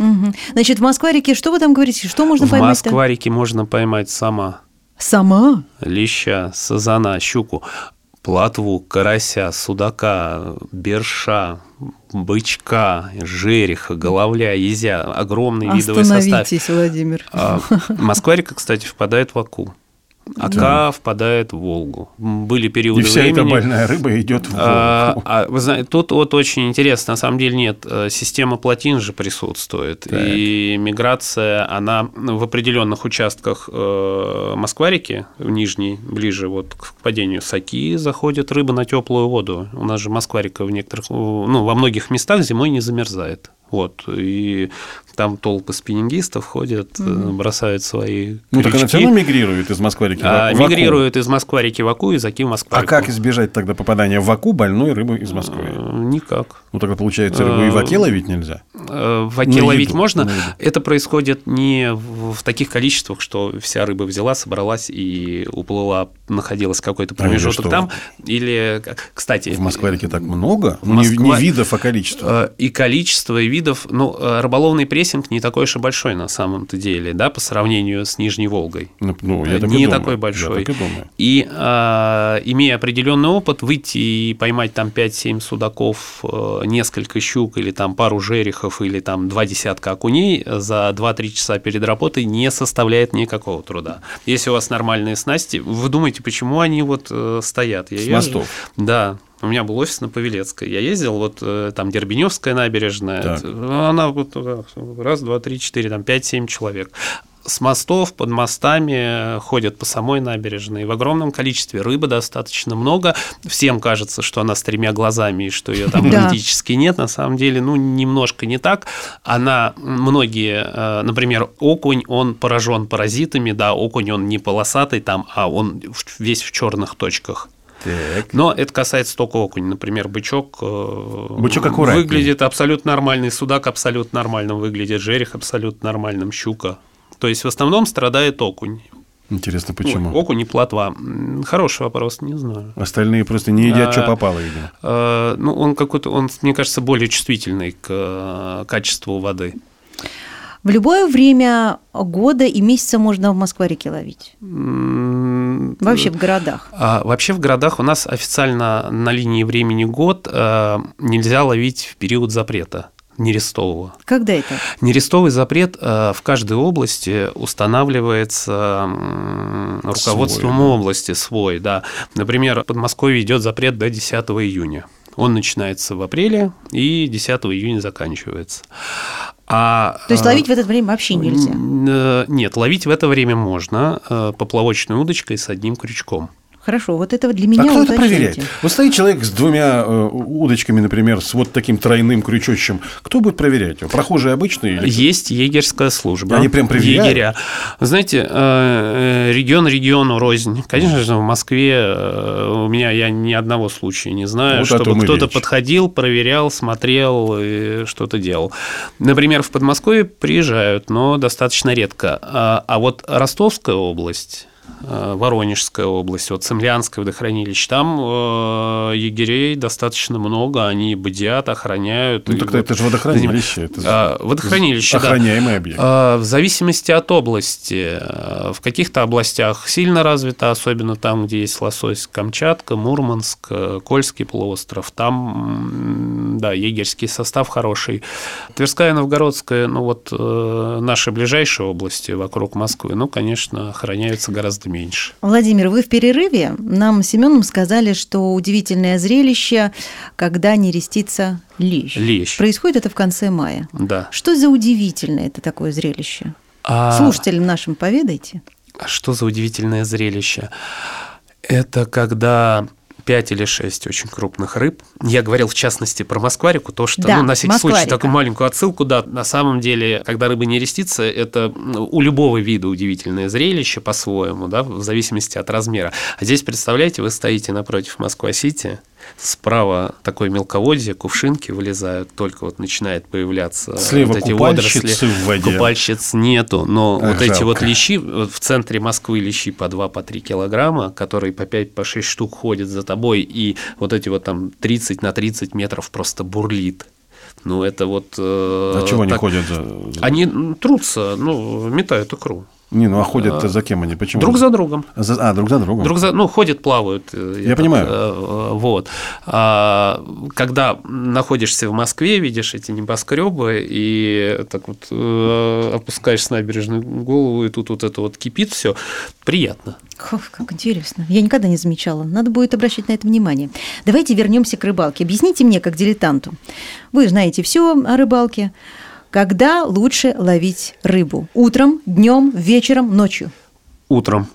[SPEAKER 2] Мгм. Значит, в Москва-реке что вы там говорите? Что можно
[SPEAKER 4] В
[SPEAKER 2] поймать
[SPEAKER 4] Москварике можно поймать сама
[SPEAKER 2] Сама?
[SPEAKER 4] леща, сазана, щуку, плотву, карася, судака, берша, бычка, жереха, головля, езя. Огромный видовый состав.
[SPEAKER 2] Остановитесь, Владимир.
[SPEAKER 4] А, Москва-река, кстати, впадает в Аку. Ака впадает в Волгу. М, Были периоды
[SPEAKER 3] И вся эта
[SPEAKER 4] времени,
[SPEAKER 3] больная рыба идет в
[SPEAKER 4] А,
[SPEAKER 3] волку.
[SPEAKER 4] а, вы знаете, тут вот очень интересно, на самом деле нет, э, система плотин же присутствует, и миграция, она ну, в определенных участках э, Москва-реки, в нижней, ближе вот к впадению Саки, заходит рыба на теплую воду. У нас же Москва-река в некоторых, э, ну, во многих местах зимой не замерзает. Вот, и там толпы спиннингистов ходят, э, бросают свои
[SPEAKER 3] Ну, так она все
[SPEAKER 4] крючки,
[SPEAKER 3] равно мигрирует из Москвы-реки в
[SPEAKER 4] а,
[SPEAKER 3] Аку.
[SPEAKER 4] мигрируют из Москва-реки в Аку и за Ким в
[SPEAKER 3] А
[SPEAKER 4] Москва-реку.
[SPEAKER 3] как избежать тогда попадания в Аку больной рыбы из Москвы?
[SPEAKER 4] Э, Никак.
[SPEAKER 3] Ну, тогда, получается, рыбу и в
[SPEAKER 4] А,
[SPEAKER 3] Аке ловить нельзя?
[SPEAKER 4] Э, в оке
[SPEAKER 3] На
[SPEAKER 4] ловить
[SPEAKER 3] еду,
[SPEAKER 4] можно.
[SPEAKER 3] на еду.
[SPEAKER 4] Это происходит не в, в таких количествах, что вся рыба взяла, собралась и уплыла, находилась какой-то
[SPEAKER 3] А, или
[SPEAKER 4] промежуток
[SPEAKER 3] что?
[SPEAKER 4] там. Или, как- кстати,
[SPEAKER 3] В Москве-реке так много? Ну, Не,
[SPEAKER 4] Москва-
[SPEAKER 3] не видов, а количество.
[SPEAKER 4] э, и количество и видов, ну, э, рыболовный прессинг не такой уж и большой на самом-то деле, да, по сравнению с Нижней Волгой.
[SPEAKER 3] Ну, Ну, я так и
[SPEAKER 4] не
[SPEAKER 3] думаю.
[SPEAKER 4] такой большой.
[SPEAKER 3] Я так и думаю.
[SPEAKER 4] И а, имея определенный опыт, выйти и поймать там 5-7 судаков, э, несколько щук или там пару жерехов или там два десятка окуней за 2-3 часа перед работой не составляет никакого труда. Если у вас нормальные снасти, вы думаете, почему они вот э, стоят? Я
[SPEAKER 3] С
[SPEAKER 4] езжу-
[SPEAKER 3] мостов.
[SPEAKER 4] Да. У меня был офис на Павелецкой. Я ездил, вот э, там Дербеневская набережная.
[SPEAKER 3] Так.
[SPEAKER 4] Она вот туда, раз, два, три, четыре, там пять-семь человек. С мостов, под мостами э, ходят по самой набережной. В огромном количестве рыбы достаточно много. Всем кажется, что она с тремя глазами и что ее там
[SPEAKER 2] Да.
[SPEAKER 4] практически нет. На самом деле, ну, немножко не так. Она, многие, э, например, окунь, он поражен паразитами. Да, окунь, он не полосатый там, а он в- весь в черных точках. Но это касается только окуня. Например, бычок, э,
[SPEAKER 3] Бычок аккуратнее.
[SPEAKER 4] выглядит абсолютно нормальный, судак абсолютно нормальным выглядит, жерех абсолютно нормальным, щука. То есть в основном страдает окунь.
[SPEAKER 3] Интересно,
[SPEAKER 4] Ой,
[SPEAKER 3] почему?
[SPEAKER 4] окунь и плотва. М, Хороший вопрос, не знаю.
[SPEAKER 3] Остальные просто не едят,
[SPEAKER 4] А,
[SPEAKER 3] что попало, видимо.
[SPEAKER 4] Э, Ну, он какой-то, он, мне кажется, более чувствительный к э, качеству воды.
[SPEAKER 2] В любое время года и месяца можно в Москва-реке ловить.
[SPEAKER 4] М,
[SPEAKER 2] Вообще в городах.
[SPEAKER 4] А, вообще в городах у нас официально на линии времени год э, нельзя ловить в период запрета нерестового.
[SPEAKER 2] Когда это?
[SPEAKER 4] Нерестовый запрет э, в каждой области устанавливается м, руководством
[SPEAKER 3] Свой, да.
[SPEAKER 4] области свой, да. Например, в Подмосковье идет запрет до 10 июня. Он начинается в апреле и 10 июня заканчивается. А,
[SPEAKER 2] То есть
[SPEAKER 4] э,
[SPEAKER 2] ловить в это время вообще нельзя.
[SPEAKER 4] н- э, Нет, ловить в это время можно э, поплавочной удочкой с одним крючком.
[SPEAKER 2] Хорошо, вот этого для меня
[SPEAKER 3] а кто это
[SPEAKER 2] уточните.
[SPEAKER 3] проверяет? Вот стоит человек с двумя э, удочками, например, с вот таким тройным крючочем. Кто будет проверять его? Прохожие обычные? Или...
[SPEAKER 4] Есть егерская служба.
[SPEAKER 3] Они прям проверяют?
[SPEAKER 4] Егеря. Знаете, э, э, регион региону рознь. Конечно же, в Москве э, у меня я ни одного случая не знаю,
[SPEAKER 3] Вот о том
[SPEAKER 4] чтобы
[SPEAKER 3] и
[SPEAKER 4] кто-то
[SPEAKER 3] речь.
[SPEAKER 4] подходил, проверял, смотрел и что-то делал. Например, в Подмосковье приезжают, но достаточно редко. А, а вот Ростовская область э, Воронежская область, вот Цемлянское водохранилище, там э, егерей достаточно много, они бдят, охраняют.
[SPEAKER 3] Ну,
[SPEAKER 4] и
[SPEAKER 3] так
[SPEAKER 4] вот-
[SPEAKER 3] это же водохранилище. Это же
[SPEAKER 4] а, Водохранилище, да.
[SPEAKER 3] охраняемый объект.
[SPEAKER 4] А, В зависимости от области. а, В каких-то областях сильно развито, особенно там, где есть лосось, Камчатка, Мурманск, э, Кольский полуостров. Там, м, да, егерский состав хороший. Тверская, Новгородская, ну вот э, наши ближайшие области вокруг Москвы, ну, конечно, охраняются гораздо меньше.
[SPEAKER 2] Владимир, вы в перерыве нам с Семеном сказали, что удивительное зрелище, когда нерестится лещ.
[SPEAKER 4] Лещ.
[SPEAKER 2] Происходит это в конце мая.
[SPEAKER 4] Да.
[SPEAKER 2] Что за удивительное это такое зрелище?
[SPEAKER 4] А-
[SPEAKER 2] Слушателям нашим поведайте.
[SPEAKER 4] А Что за удивительное зрелище? Это когда 5 или 6 очень крупных рыб. Я говорил, в частности, про москварику, то, что,
[SPEAKER 2] Да,
[SPEAKER 4] ну, на всякий
[SPEAKER 2] москварика.
[SPEAKER 4] случай, такую маленькую отсылку, да, на самом деле, когда рыба не рестится, это ну, у любого вида удивительное зрелище по-своему, да, в зависимости от размера. А здесь, представляете, вы стоите напротив Москва-Сити, справа такое мелководье, кувшинки вылезают, только вот начинает появляться
[SPEAKER 3] Слева
[SPEAKER 4] вот эти
[SPEAKER 3] купальщицы
[SPEAKER 4] водоросли.
[SPEAKER 3] в воде.
[SPEAKER 4] Купальщиц нету, но
[SPEAKER 3] Ах,
[SPEAKER 4] вот эти вот
[SPEAKER 3] жалко.
[SPEAKER 4] лещи, вот в центре Москвы лещи по 2-3 килограмма, которые по 5-6 штук ходят за тобой, и вот эти вот там 30 на 30 метров просто бурлит. Ну, это вот...
[SPEAKER 3] А
[SPEAKER 4] А
[SPEAKER 3] чего они ходят за... за-
[SPEAKER 4] Они м, трутся, ну, метают икру.
[SPEAKER 3] Не, ну а ходят-то за кем они? Почему?
[SPEAKER 4] Друг за другом.
[SPEAKER 3] За- А, друг за другом.
[SPEAKER 4] Друг за, ну, ходят, плавают. э,
[SPEAKER 3] Я понимаю.
[SPEAKER 4] э, вот. А, когда находишься в Москве, видишь эти небоскребы, и так вот э, опускаешь с набережной голову, и тут вот это вот кипит все, приятно.
[SPEAKER 2] Хоф, как интересно. Я никогда не замечала. Надо будет обращать на это внимание. Давайте вернемся к рыбалке. Объясните мне, как дилетанту. Вы знаете все о рыбалке. Когда лучше ловить рыбу? Утром, днем, вечером, ночью?
[SPEAKER 4] Утром.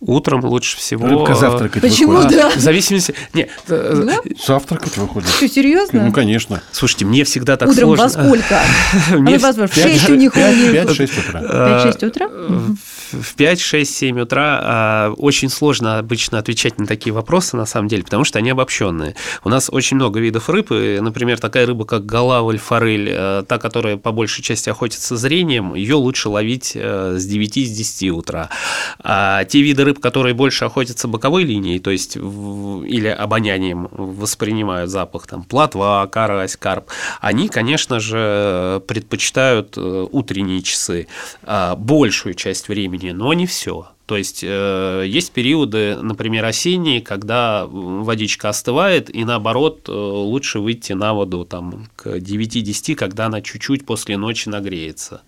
[SPEAKER 4] Утром лучше всего...
[SPEAKER 3] Рыбка завтракать
[SPEAKER 2] Почему
[SPEAKER 3] выходит.
[SPEAKER 2] Ну да?
[SPEAKER 4] э, В зависимости... Не, э,
[SPEAKER 2] Да?
[SPEAKER 3] Завтракать выходит.
[SPEAKER 2] Что, серьезно?
[SPEAKER 3] Ну, конечно.
[SPEAKER 4] слушайте, мне всегда так
[SPEAKER 2] Утром
[SPEAKER 4] сложно.
[SPEAKER 2] во сколько?
[SPEAKER 4] Мне
[SPEAKER 2] Ну, возможно, в 6 у них у них.
[SPEAKER 3] 5-6 утра.
[SPEAKER 4] Э,
[SPEAKER 2] 5-6 утра?
[SPEAKER 4] э, В 5-6-7 утра а, очень сложно обычно отвечать на такие вопросы, на самом деле, потому что они обобщенные. У нас очень много видов рыб, и, например, такая рыба, как голавль, форель, э, та, которая по большей части охотится зрением, ее лучше ловить э, с 9-10 утра. А те виды рыб, которые больше охотятся боковой линией, то есть в- или обонянием воспринимают запах, там, плотва, карась, карп, они, конечно же, предпочитают э, утренние часы а, большую часть времени, но не все. То есть э, есть периоды, например, осенние, когда м, водичка остывает, и наоборот э, лучше выйти на воду там, к 9-10, когда она чуть-чуть после ночи нагреется.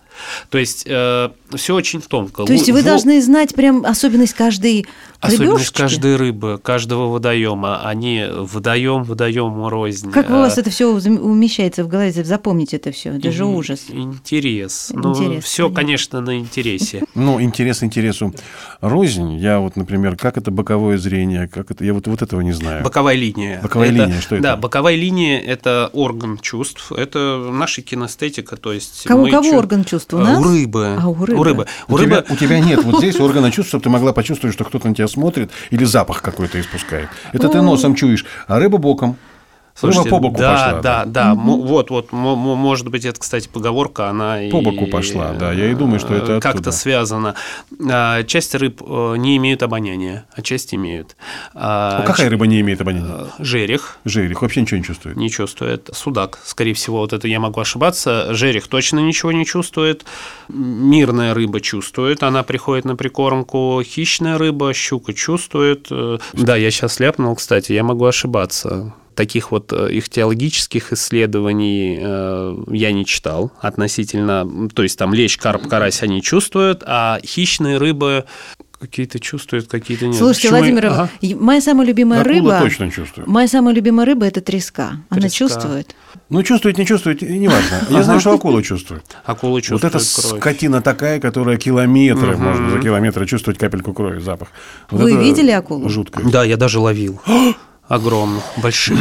[SPEAKER 4] То есть все очень тонко.
[SPEAKER 2] То есть
[SPEAKER 4] Лу-
[SPEAKER 2] вы
[SPEAKER 4] во-
[SPEAKER 2] должны знать прям особенность каждой
[SPEAKER 4] Особенность
[SPEAKER 2] рыбешечки?
[SPEAKER 4] каждой рыбы, каждого водоема, они водоем, водоем рознь.
[SPEAKER 2] Как у вас
[SPEAKER 4] Э,
[SPEAKER 2] это все умещается в голове? Запомните это все. Это же
[SPEAKER 4] ин-
[SPEAKER 2] ужас.
[SPEAKER 4] Интерес. ну,
[SPEAKER 2] Интерес,
[SPEAKER 4] все,
[SPEAKER 2] понятно.
[SPEAKER 4] конечно, на интересе.
[SPEAKER 3] Ну, интерес интересу рознь. Я вот, например, как это боковое зрение, как это... Я вот, вот этого не знаю.
[SPEAKER 4] Боковая линия.
[SPEAKER 3] Боковая линия, что это?
[SPEAKER 4] Да, боковая линия – это орган чувств, это наша кинестетика, то есть…
[SPEAKER 2] Кого-
[SPEAKER 4] мы
[SPEAKER 2] кого
[SPEAKER 4] чу-
[SPEAKER 2] орган чувств? У
[SPEAKER 4] А,
[SPEAKER 2] нас?
[SPEAKER 4] У рыбы.
[SPEAKER 2] А, у рыбы.
[SPEAKER 4] У рыбы.
[SPEAKER 3] У,
[SPEAKER 4] У рыбы-
[SPEAKER 3] тебя, у тебя нет вот здесь органа чувств, чтобы ты могла почувствовать, что кто-то на тебя смотрит или запах какой-то испускает. Это ты носом чуешь, а рыба боком.
[SPEAKER 4] Слушайте,
[SPEAKER 3] рыба по боку
[SPEAKER 4] да,
[SPEAKER 3] пошла.
[SPEAKER 4] да, да, М- Вот, вот, мо- мо- может быть, это, кстати, поговорка, она и-
[SPEAKER 3] По боку пошла, да, я и думаю, что это
[SPEAKER 4] э, Как-то
[SPEAKER 3] оттуда.
[SPEAKER 4] связано. А, Часть рыб э, не имеют обоняния, а часть имеют. А, э,
[SPEAKER 3] Ну, какая рыба не имеет обоняния?
[SPEAKER 4] Жерех.
[SPEAKER 3] Жерех вообще ничего не чувствует.
[SPEAKER 4] не чувствует. Судак, скорее всего, вот это я могу ошибаться. Жерех точно ничего не чувствует. Мирная рыба чувствует, она приходит на прикормку. Хищная рыба, щука чувствует. Э, Да, я сейчас ляпнул, кстати, я могу ошибаться. Таких вот э, ихтиологических исследований э, я не читал относительно, м, то есть там лещ, карп, карась они чувствуют, а хищные рыбы какие-то чувствуют, какие-то нет.
[SPEAKER 2] Слушайте,
[SPEAKER 4] Почему я-
[SPEAKER 2] Владимир,
[SPEAKER 4] Ага.
[SPEAKER 2] и- моя самая любимая
[SPEAKER 3] Акула
[SPEAKER 2] рыба...
[SPEAKER 3] точно чувствует.
[SPEAKER 2] Моя самая любимая рыба – это треска. Она
[SPEAKER 4] Треска.
[SPEAKER 2] чувствует.
[SPEAKER 3] Ну, чувствует, не чувствует, и неважно. Я знаю, что акула чувствует.
[SPEAKER 4] Акулы чувствуют
[SPEAKER 3] Вот это
[SPEAKER 4] кровь.
[SPEAKER 3] скотина такая, которая километры,
[SPEAKER 4] Мгм.
[SPEAKER 3] можно за километры чувствовать капельку крови, запах. Вот
[SPEAKER 2] Вы
[SPEAKER 3] это
[SPEAKER 2] видели акулу?
[SPEAKER 3] Жутко.
[SPEAKER 4] Да, я даже ловил. Огромных, больших,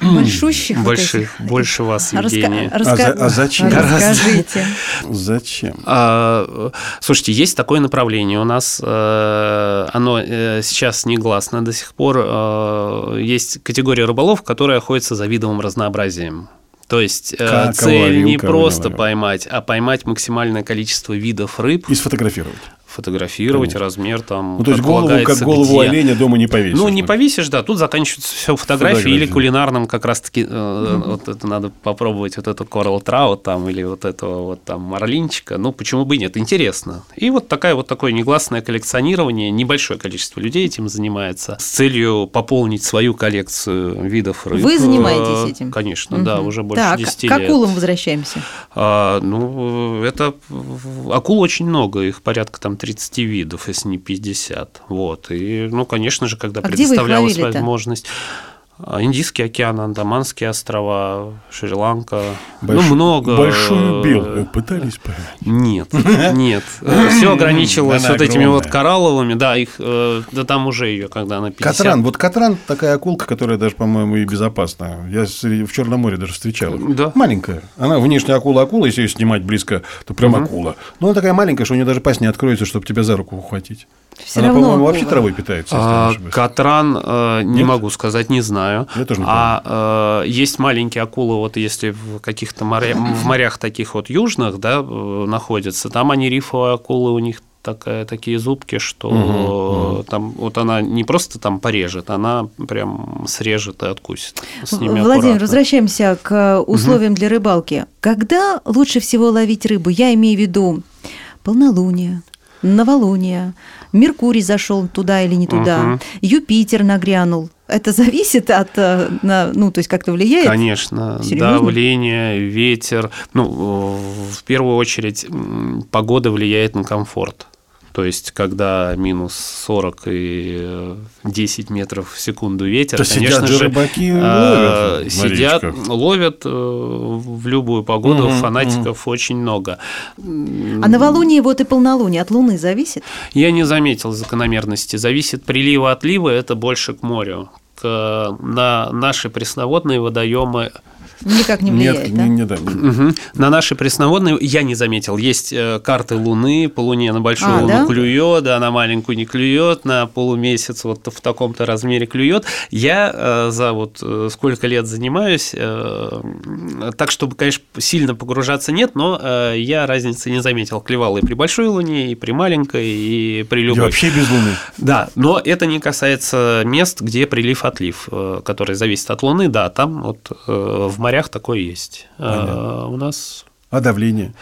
[SPEAKER 2] Большущих. вот
[SPEAKER 4] больших,
[SPEAKER 2] этих.
[SPEAKER 4] больше вас,
[SPEAKER 2] Раска-
[SPEAKER 4] Евгения.
[SPEAKER 2] раска-
[SPEAKER 3] А за- а зачем?
[SPEAKER 2] Расскажите.
[SPEAKER 3] Зачем?
[SPEAKER 4] А, э, Слушайте, есть такое направление у нас, э, оно э, сейчас негласно до сих пор. э, Есть категория рыболов, которая охотится за видовым разнообразием. То есть э,
[SPEAKER 3] Как
[SPEAKER 4] цель
[SPEAKER 3] ловил,
[SPEAKER 4] не
[SPEAKER 3] как
[SPEAKER 4] просто
[SPEAKER 3] ловил.
[SPEAKER 4] поймать, а поймать максимальное количество видов рыб,
[SPEAKER 3] И сфотографировать.
[SPEAKER 4] фотографировать
[SPEAKER 3] Конечно.
[SPEAKER 4] размер там.
[SPEAKER 3] Ну, то есть
[SPEAKER 4] как
[SPEAKER 3] голову, как
[SPEAKER 4] полагается,
[SPEAKER 3] голову
[SPEAKER 4] где.
[SPEAKER 3] оленя дома не повесишь.
[SPEAKER 4] Ну, не повесишь, да, тут заканчивается все фотографии
[SPEAKER 3] Фотографии.
[SPEAKER 4] или кулинарным как раз-таки. э, Вот это надо попробовать вот эту корал траут там или вот этого вот там марлинчика. Ну, почему бы и нет, интересно. И вот такая вот такое негласное коллекционирование, небольшое количество людей этим занимается с целью пополнить свою коллекцию видов рыб.
[SPEAKER 2] Вы занимаетесь
[SPEAKER 4] Э,
[SPEAKER 2] этим?
[SPEAKER 4] Конечно, да,
[SPEAKER 2] Мгм.
[SPEAKER 4] уже больше
[SPEAKER 2] так,
[SPEAKER 4] 10
[SPEAKER 2] к
[SPEAKER 4] лет.
[SPEAKER 2] акулам возвращаемся.
[SPEAKER 4] А, ну, это в- акул очень много, их порядка там 30 видов, если не 50. Вот. И, ну, конечно же, когда
[SPEAKER 2] А где вы их
[SPEAKER 4] предоставлялась
[SPEAKER 2] ловили-то?
[SPEAKER 4] возможность. а, Индийский океан, Андаманские острова, Шри-Ланка.
[SPEAKER 3] Больш-
[SPEAKER 4] Ну, много.
[SPEAKER 3] Большую белую
[SPEAKER 4] Э,
[SPEAKER 3] пытались поймать.
[SPEAKER 4] Нет, нет. Все ограничивалось
[SPEAKER 3] Она
[SPEAKER 4] вот этими
[SPEAKER 3] огромная.
[SPEAKER 4] вот коралловыми. Да, их, э, да там уже ее, когда она 50.
[SPEAKER 3] Катран. Вот катран такая акулка, которая даже, по-моему, и безопасна. Я среди- в Черном море даже встречал. их.
[SPEAKER 4] Да.
[SPEAKER 3] Маленькая. Она внешняя акула-акула, если ее снимать близко, то прям акула. Но она такая маленькая, что у нее даже пасть не откроется, чтобы тебя за руку ухватить.
[SPEAKER 2] Всё
[SPEAKER 3] она,
[SPEAKER 2] равно
[SPEAKER 3] по-моему,
[SPEAKER 2] акула.
[SPEAKER 3] вообще травой питается, если
[SPEAKER 4] А,
[SPEAKER 3] не ошибаюсь.
[SPEAKER 4] Катран, э, не
[SPEAKER 3] Нет?
[SPEAKER 4] могу сказать, не знаю.
[SPEAKER 3] Я тоже не
[SPEAKER 4] а э, есть маленькие акулы, вот если в каких-то моря- в морях таких вот южных, да, э, находятся, там они рифовые акулы, у них такая, такие зубки, что э, там вот она не просто там порежет, она прям срежет и откусит. С ними
[SPEAKER 2] Владимир,
[SPEAKER 4] аккуратно.
[SPEAKER 2] возвращаемся к э, условиям для рыбалки. Когда лучше всего ловить рыбу? Я имею в виду полнолуние, новолуние, Меркурий зашел туда или не туда,
[SPEAKER 4] Мгм.
[SPEAKER 2] Юпитер нагрянул. Это зависит от, э, на- ну, то есть как-то влияет?
[SPEAKER 4] Конечно,
[SPEAKER 2] Серьезно?
[SPEAKER 4] давление, ветер. Ну, э, в первую очередь м, погода влияет на комфорт. То есть, когда минус 40 и э, 10 метров в секунду ветер,
[SPEAKER 3] Да
[SPEAKER 4] конечно
[SPEAKER 3] сидят же
[SPEAKER 4] же,
[SPEAKER 3] рыбаки и
[SPEAKER 4] э,
[SPEAKER 3] ловят на
[SPEAKER 4] сидят,
[SPEAKER 3] речках.
[SPEAKER 4] ловят э, в любую погоду.
[SPEAKER 3] Мгм,
[SPEAKER 4] Фанатиков очень много.
[SPEAKER 2] А новолуние вот и полнолуние от Луны зависит?
[SPEAKER 4] Я не заметил закономерности. Зависит прилива отлива, это больше к морю. К, э, на наши пресноводные водоемы
[SPEAKER 2] Никак не влияет,
[SPEAKER 3] Нет,
[SPEAKER 2] да?
[SPEAKER 3] не, не, да.
[SPEAKER 4] Мгм. На нашей пресноводной я не заметил. Есть э, карты Луны, по Луне на большую
[SPEAKER 2] А,
[SPEAKER 4] Луну
[SPEAKER 2] да?
[SPEAKER 4] клюет, а на маленькую не клюет, на полумесяц вот в таком-то размере клюет. Я э, за вот э, сколько лет занимаюсь, э, м, так чтобы, конечно, сильно погружаться нет, но э, я разницы не заметил. Клевал и при большой Луне, и при маленькой, и при
[SPEAKER 3] Я
[SPEAKER 4] любой.
[SPEAKER 3] вообще без луны.
[SPEAKER 4] Да, но это не касается мест, где прилив-отлив, э, который зависит от Луны. Да, там вот э, в морях такое есть. Э, У нас
[SPEAKER 3] А давление?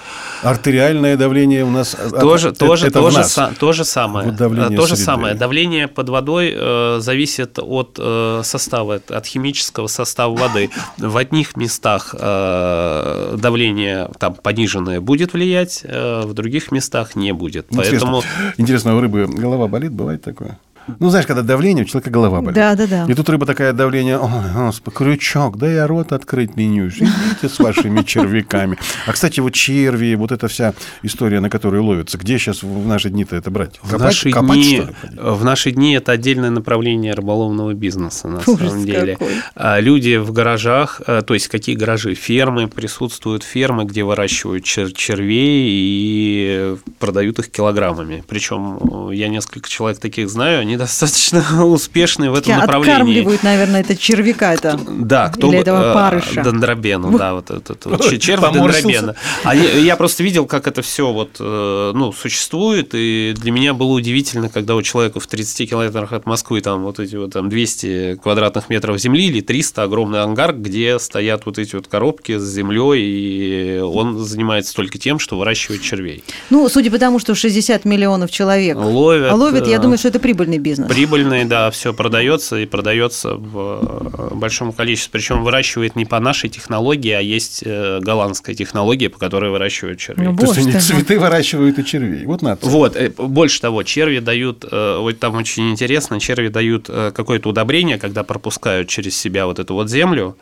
[SPEAKER 3] Артериальное давление у нас... а,
[SPEAKER 4] тоже,
[SPEAKER 3] это-
[SPEAKER 4] тоже,
[SPEAKER 3] это в
[SPEAKER 4] тоже,
[SPEAKER 3] нас.
[SPEAKER 4] са- то же самое.
[SPEAKER 3] Вот давление
[SPEAKER 4] Э, то же
[SPEAKER 3] среды.
[SPEAKER 4] самое. Давление под водой э, зависит от э, состава, от- от химического состава воды. В одних местах э, давление там пониженное будет влиять, э, в других местах не будет. Поэтому
[SPEAKER 3] Интересно. Интересно, у рыбы голова болит, бывает такое? Ну, знаешь, когда давление, у человека голова болит.
[SPEAKER 2] Да, да, да.
[SPEAKER 3] И тут рыба такая давление, «Ой, господи, крючок, да я рот открыть ленюсь, идите с вашими червяками. А, кстати, вот черви, вот эта вся история, на которую ловятся, где сейчас в наши дни-то это брать?
[SPEAKER 4] В наши,
[SPEAKER 3] копать,
[SPEAKER 4] дни,
[SPEAKER 3] что ли?
[SPEAKER 4] в наши дни это отдельное направление рыболовного бизнеса, на
[SPEAKER 2] Ужас
[SPEAKER 4] самом деле.
[SPEAKER 2] какой.
[SPEAKER 4] А, Люди в гаражах, э, то есть какие гаражи? Фермы, присутствуют фермы, где выращивают чер- червей и продают их килограммами. Причем э, я несколько человек таких знаю, они достаточно успешны в этом направлении.
[SPEAKER 2] Откармливают, наверное, это червяка это.
[SPEAKER 4] Да, кто
[SPEAKER 2] Или
[SPEAKER 4] бы-
[SPEAKER 2] этого
[SPEAKER 4] э,
[SPEAKER 2] парыша.
[SPEAKER 4] Дендробену, да, вот этот вот
[SPEAKER 3] Ой,
[SPEAKER 4] че- червь
[SPEAKER 3] поморщился.
[SPEAKER 4] дендробена. Они- я просто видел, как это все вот, э, ну, существует, и для меня было удивительно, когда у человека в 30 километрах от Москвы там вот эти вот там 200 квадратных метров земли или 300 огромный ангар, где стоят вот эти вот коробки с землей, и он занимается только тем, что выращивает червей.
[SPEAKER 2] Ну, судя по тому, что 60 миллионов человек
[SPEAKER 4] Ловят,
[SPEAKER 2] ловят, я
[SPEAKER 4] э,
[SPEAKER 2] думаю, что это прибыльный бизнес.
[SPEAKER 4] Прибыльный, да, все продается и продается в э, большом количестве. Причем выращивает не по нашей технологии, а есть э, голландская технология, по которой выращивают червей.
[SPEAKER 2] Ну,
[SPEAKER 3] То есть
[SPEAKER 2] Боже
[SPEAKER 3] они
[SPEAKER 2] ты мой.
[SPEAKER 3] цветы выращивают и червей. Вот надо.
[SPEAKER 4] Вот, э, больше того, черви дают, э, вот там очень интересно, черви дают э, какое-то удобрение, когда пропускают через себя вот эту вот землю,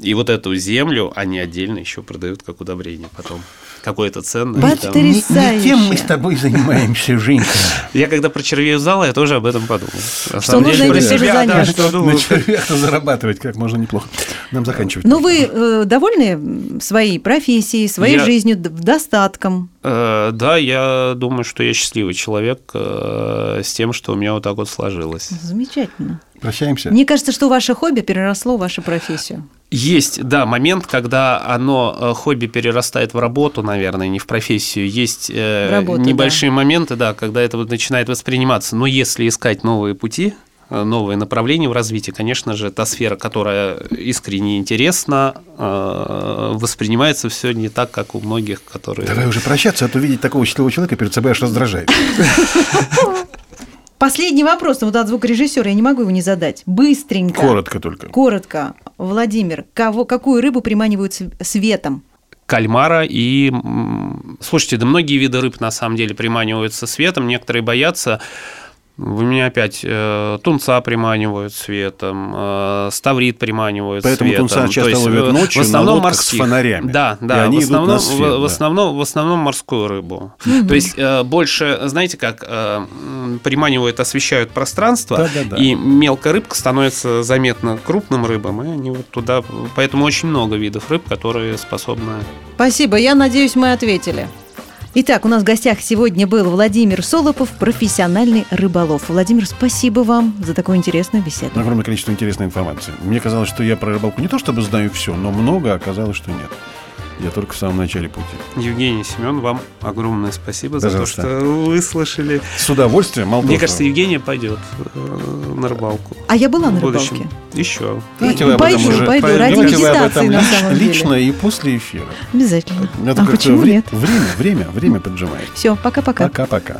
[SPEAKER 4] и вот эту землю они отдельно еще продают как удобрение потом. Какое-то ценное. там.
[SPEAKER 2] Баттери-
[SPEAKER 5] Не- Не,
[SPEAKER 2] Потрясающе.
[SPEAKER 5] тем мы с тобой занимаемся, Женька.
[SPEAKER 4] Я когда про червей узнал, я тоже об этом подумал. На самом
[SPEAKER 2] нужно
[SPEAKER 4] деле,
[SPEAKER 2] этим
[SPEAKER 4] про
[SPEAKER 2] тоже
[SPEAKER 4] себя, да,
[SPEAKER 2] заняться.
[SPEAKER 4] А что думаю,
[SPEAKER 3] На червях-то зарабатывать как можно неплохо. Нам заканчивать.
[SPEAKER 2] Ну, вы э, довольны м, своей профессией, своей
[SPEAKER 4] Я-
[SPEAKER 2] жизнью, д- достатком?
[SPEAKER 4] Э, Да, я думаю, что я счастливый человек э, с тем, что у меня вот так вот сложилось.
[SPEAKER 2] Замечательно.
[SPEAKER 3] Прощаемся.
[SPEAKER 2] Мне кажется, что ваше хобби переросло в вашу профессию.
[SPEAKER 4] Есть, да, момент, когда оно, э, хобби перерастает в работу, наверное, не в профессию. Есть э,
[SPEAKER 2] В работу,
[SPEAKER 4] небольшие моменты, да, когда это вот начинает восприниматься. Но если искать новые пути, э, новые направления в развитии, конечно же, та сфера, которая искренне интересна, э, воспринимается все не так, как у многих, которые...
[SPEAKER 3] Давай уже прощаться, а то видеть такого счастливого человека перед собой аж раздражает.
[SPEAKER 2] Последний вопрос, ну, вот от звукорежиссера, я не могу его не задать. Быстренько.
[SPEAKER 3] Коротко только.
[SPEAKER 2] Коротко. Владимир, кого, какую рыбу приманивают св- светом?
[SPEAKER 4] кальмара и... м, Слушайте, да многие виды рыб на самом деле приманиваются светом, некоторые боятся. У меня опять э, тунца приманивают светом, э, ставрит приманивают
[SPEAKER 3] Поэтому
[SPEAKER 4] светом.
[SPEAKER 3] тунца часто
[SPEAKER 4] То есть,
[SPEAKER 3] ловят
[SPEAKER 4] э,
[SPEAKER 3] ночью
[SPEAKER 4] в
[SPEAKER 3] на
[SPEAKER 4] основном
[SPEAKER 3] лодках с
[SPEAKER 4] морских.
[SPEAKER 3] фонарями.
[SPEAKER 4] Да,
[SPEAKER 3] И
[SPEAKER 4] да.
[SPEAKER 3] они
[SPEAKER 4] в,
[SPEAKER 3] идут на
[SPEAKER 4] основном,
[SPEAKER 3] свет,
[SPEAKER 4] в- в
[SPEAKER 3] да.
[SPEAKER 4] основном, в основном морскую рыбу. То есть э, больше, знаете, как э, м, приманивают, освещают пространство,
[SPEAKER 3] Да-да-да.
[SPEAKER 4] и мелкая рыбка становится заметно крупным рыбам, и они вот туда... Поэтому очень много видов рыб, которые способны
[SPEAKER 2] Спасибо, я надеюсь, мы ответили. Итак, у нас в гостях сегодня был Владимир Солопов, профессиональный рыболов. Владимир, спасибо вам за такую интересную беседу.
[SPEAKER 3] Огромное количество интересной информации. Мне казалось, что я про рыбалку не то чтобы знаю все, но много а оказалось, что нет. Я только в самом начале пути.
[SPEAKER 4] Евгений Семен, вам огромное спасибо за то,
[SPEAKER 3] Пожалуйста.
[SPEAKER 4] что выслушали.
[SPEAKER 3] С удовольствием, мало
[SPEAKER 4] Мне
[SPEAKER 3] того, что-
[SPEAKER 4] кажется, Евгения пойдет э, на рыбалку.
[SPEAKER 2] А я была на
[SPEAKER 4] в будущем.
[SPEAKER 2] рыбалке.
[SPEAKER 4] Еще.
[SPEAKER 3] Давайте
[SPEAKER 2] И-
[SPEAKER 3] вы об этом
[SPEAKER 2] пойду,
[SPEAKER 3] уже-
[SPEAKER 2] пойду,
[SPEAKER 3] пойду.
[SPEAKER 2] ради
[SPEAKER 3] Давайте вы об
[SPEAKER 2] медитации,
[SPEAKER 3] этом
[SPEAKER 2] на
[SPEAKER 3] лич-
[SPEAKER 2] самом деле.
[SPEAKER 3] Лично и после эфира.
[SPEAKER 2] Обязательно.
[SPEAKER 3] Это
[SPEAKER 2] а
[SPEAKER 3] как-то
[SPEAKER 2] почему
[SPEAKER 3] вре-
[SPEAKER 2] нет?
[SPEAKER 3] Время, время, время поджимает.
[SPEAKER 2] Все, пока-пока.
[SPEAKER 3] Пока-пока.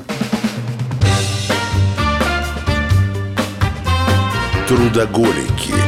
[SPEAKER 1] Трудоголики.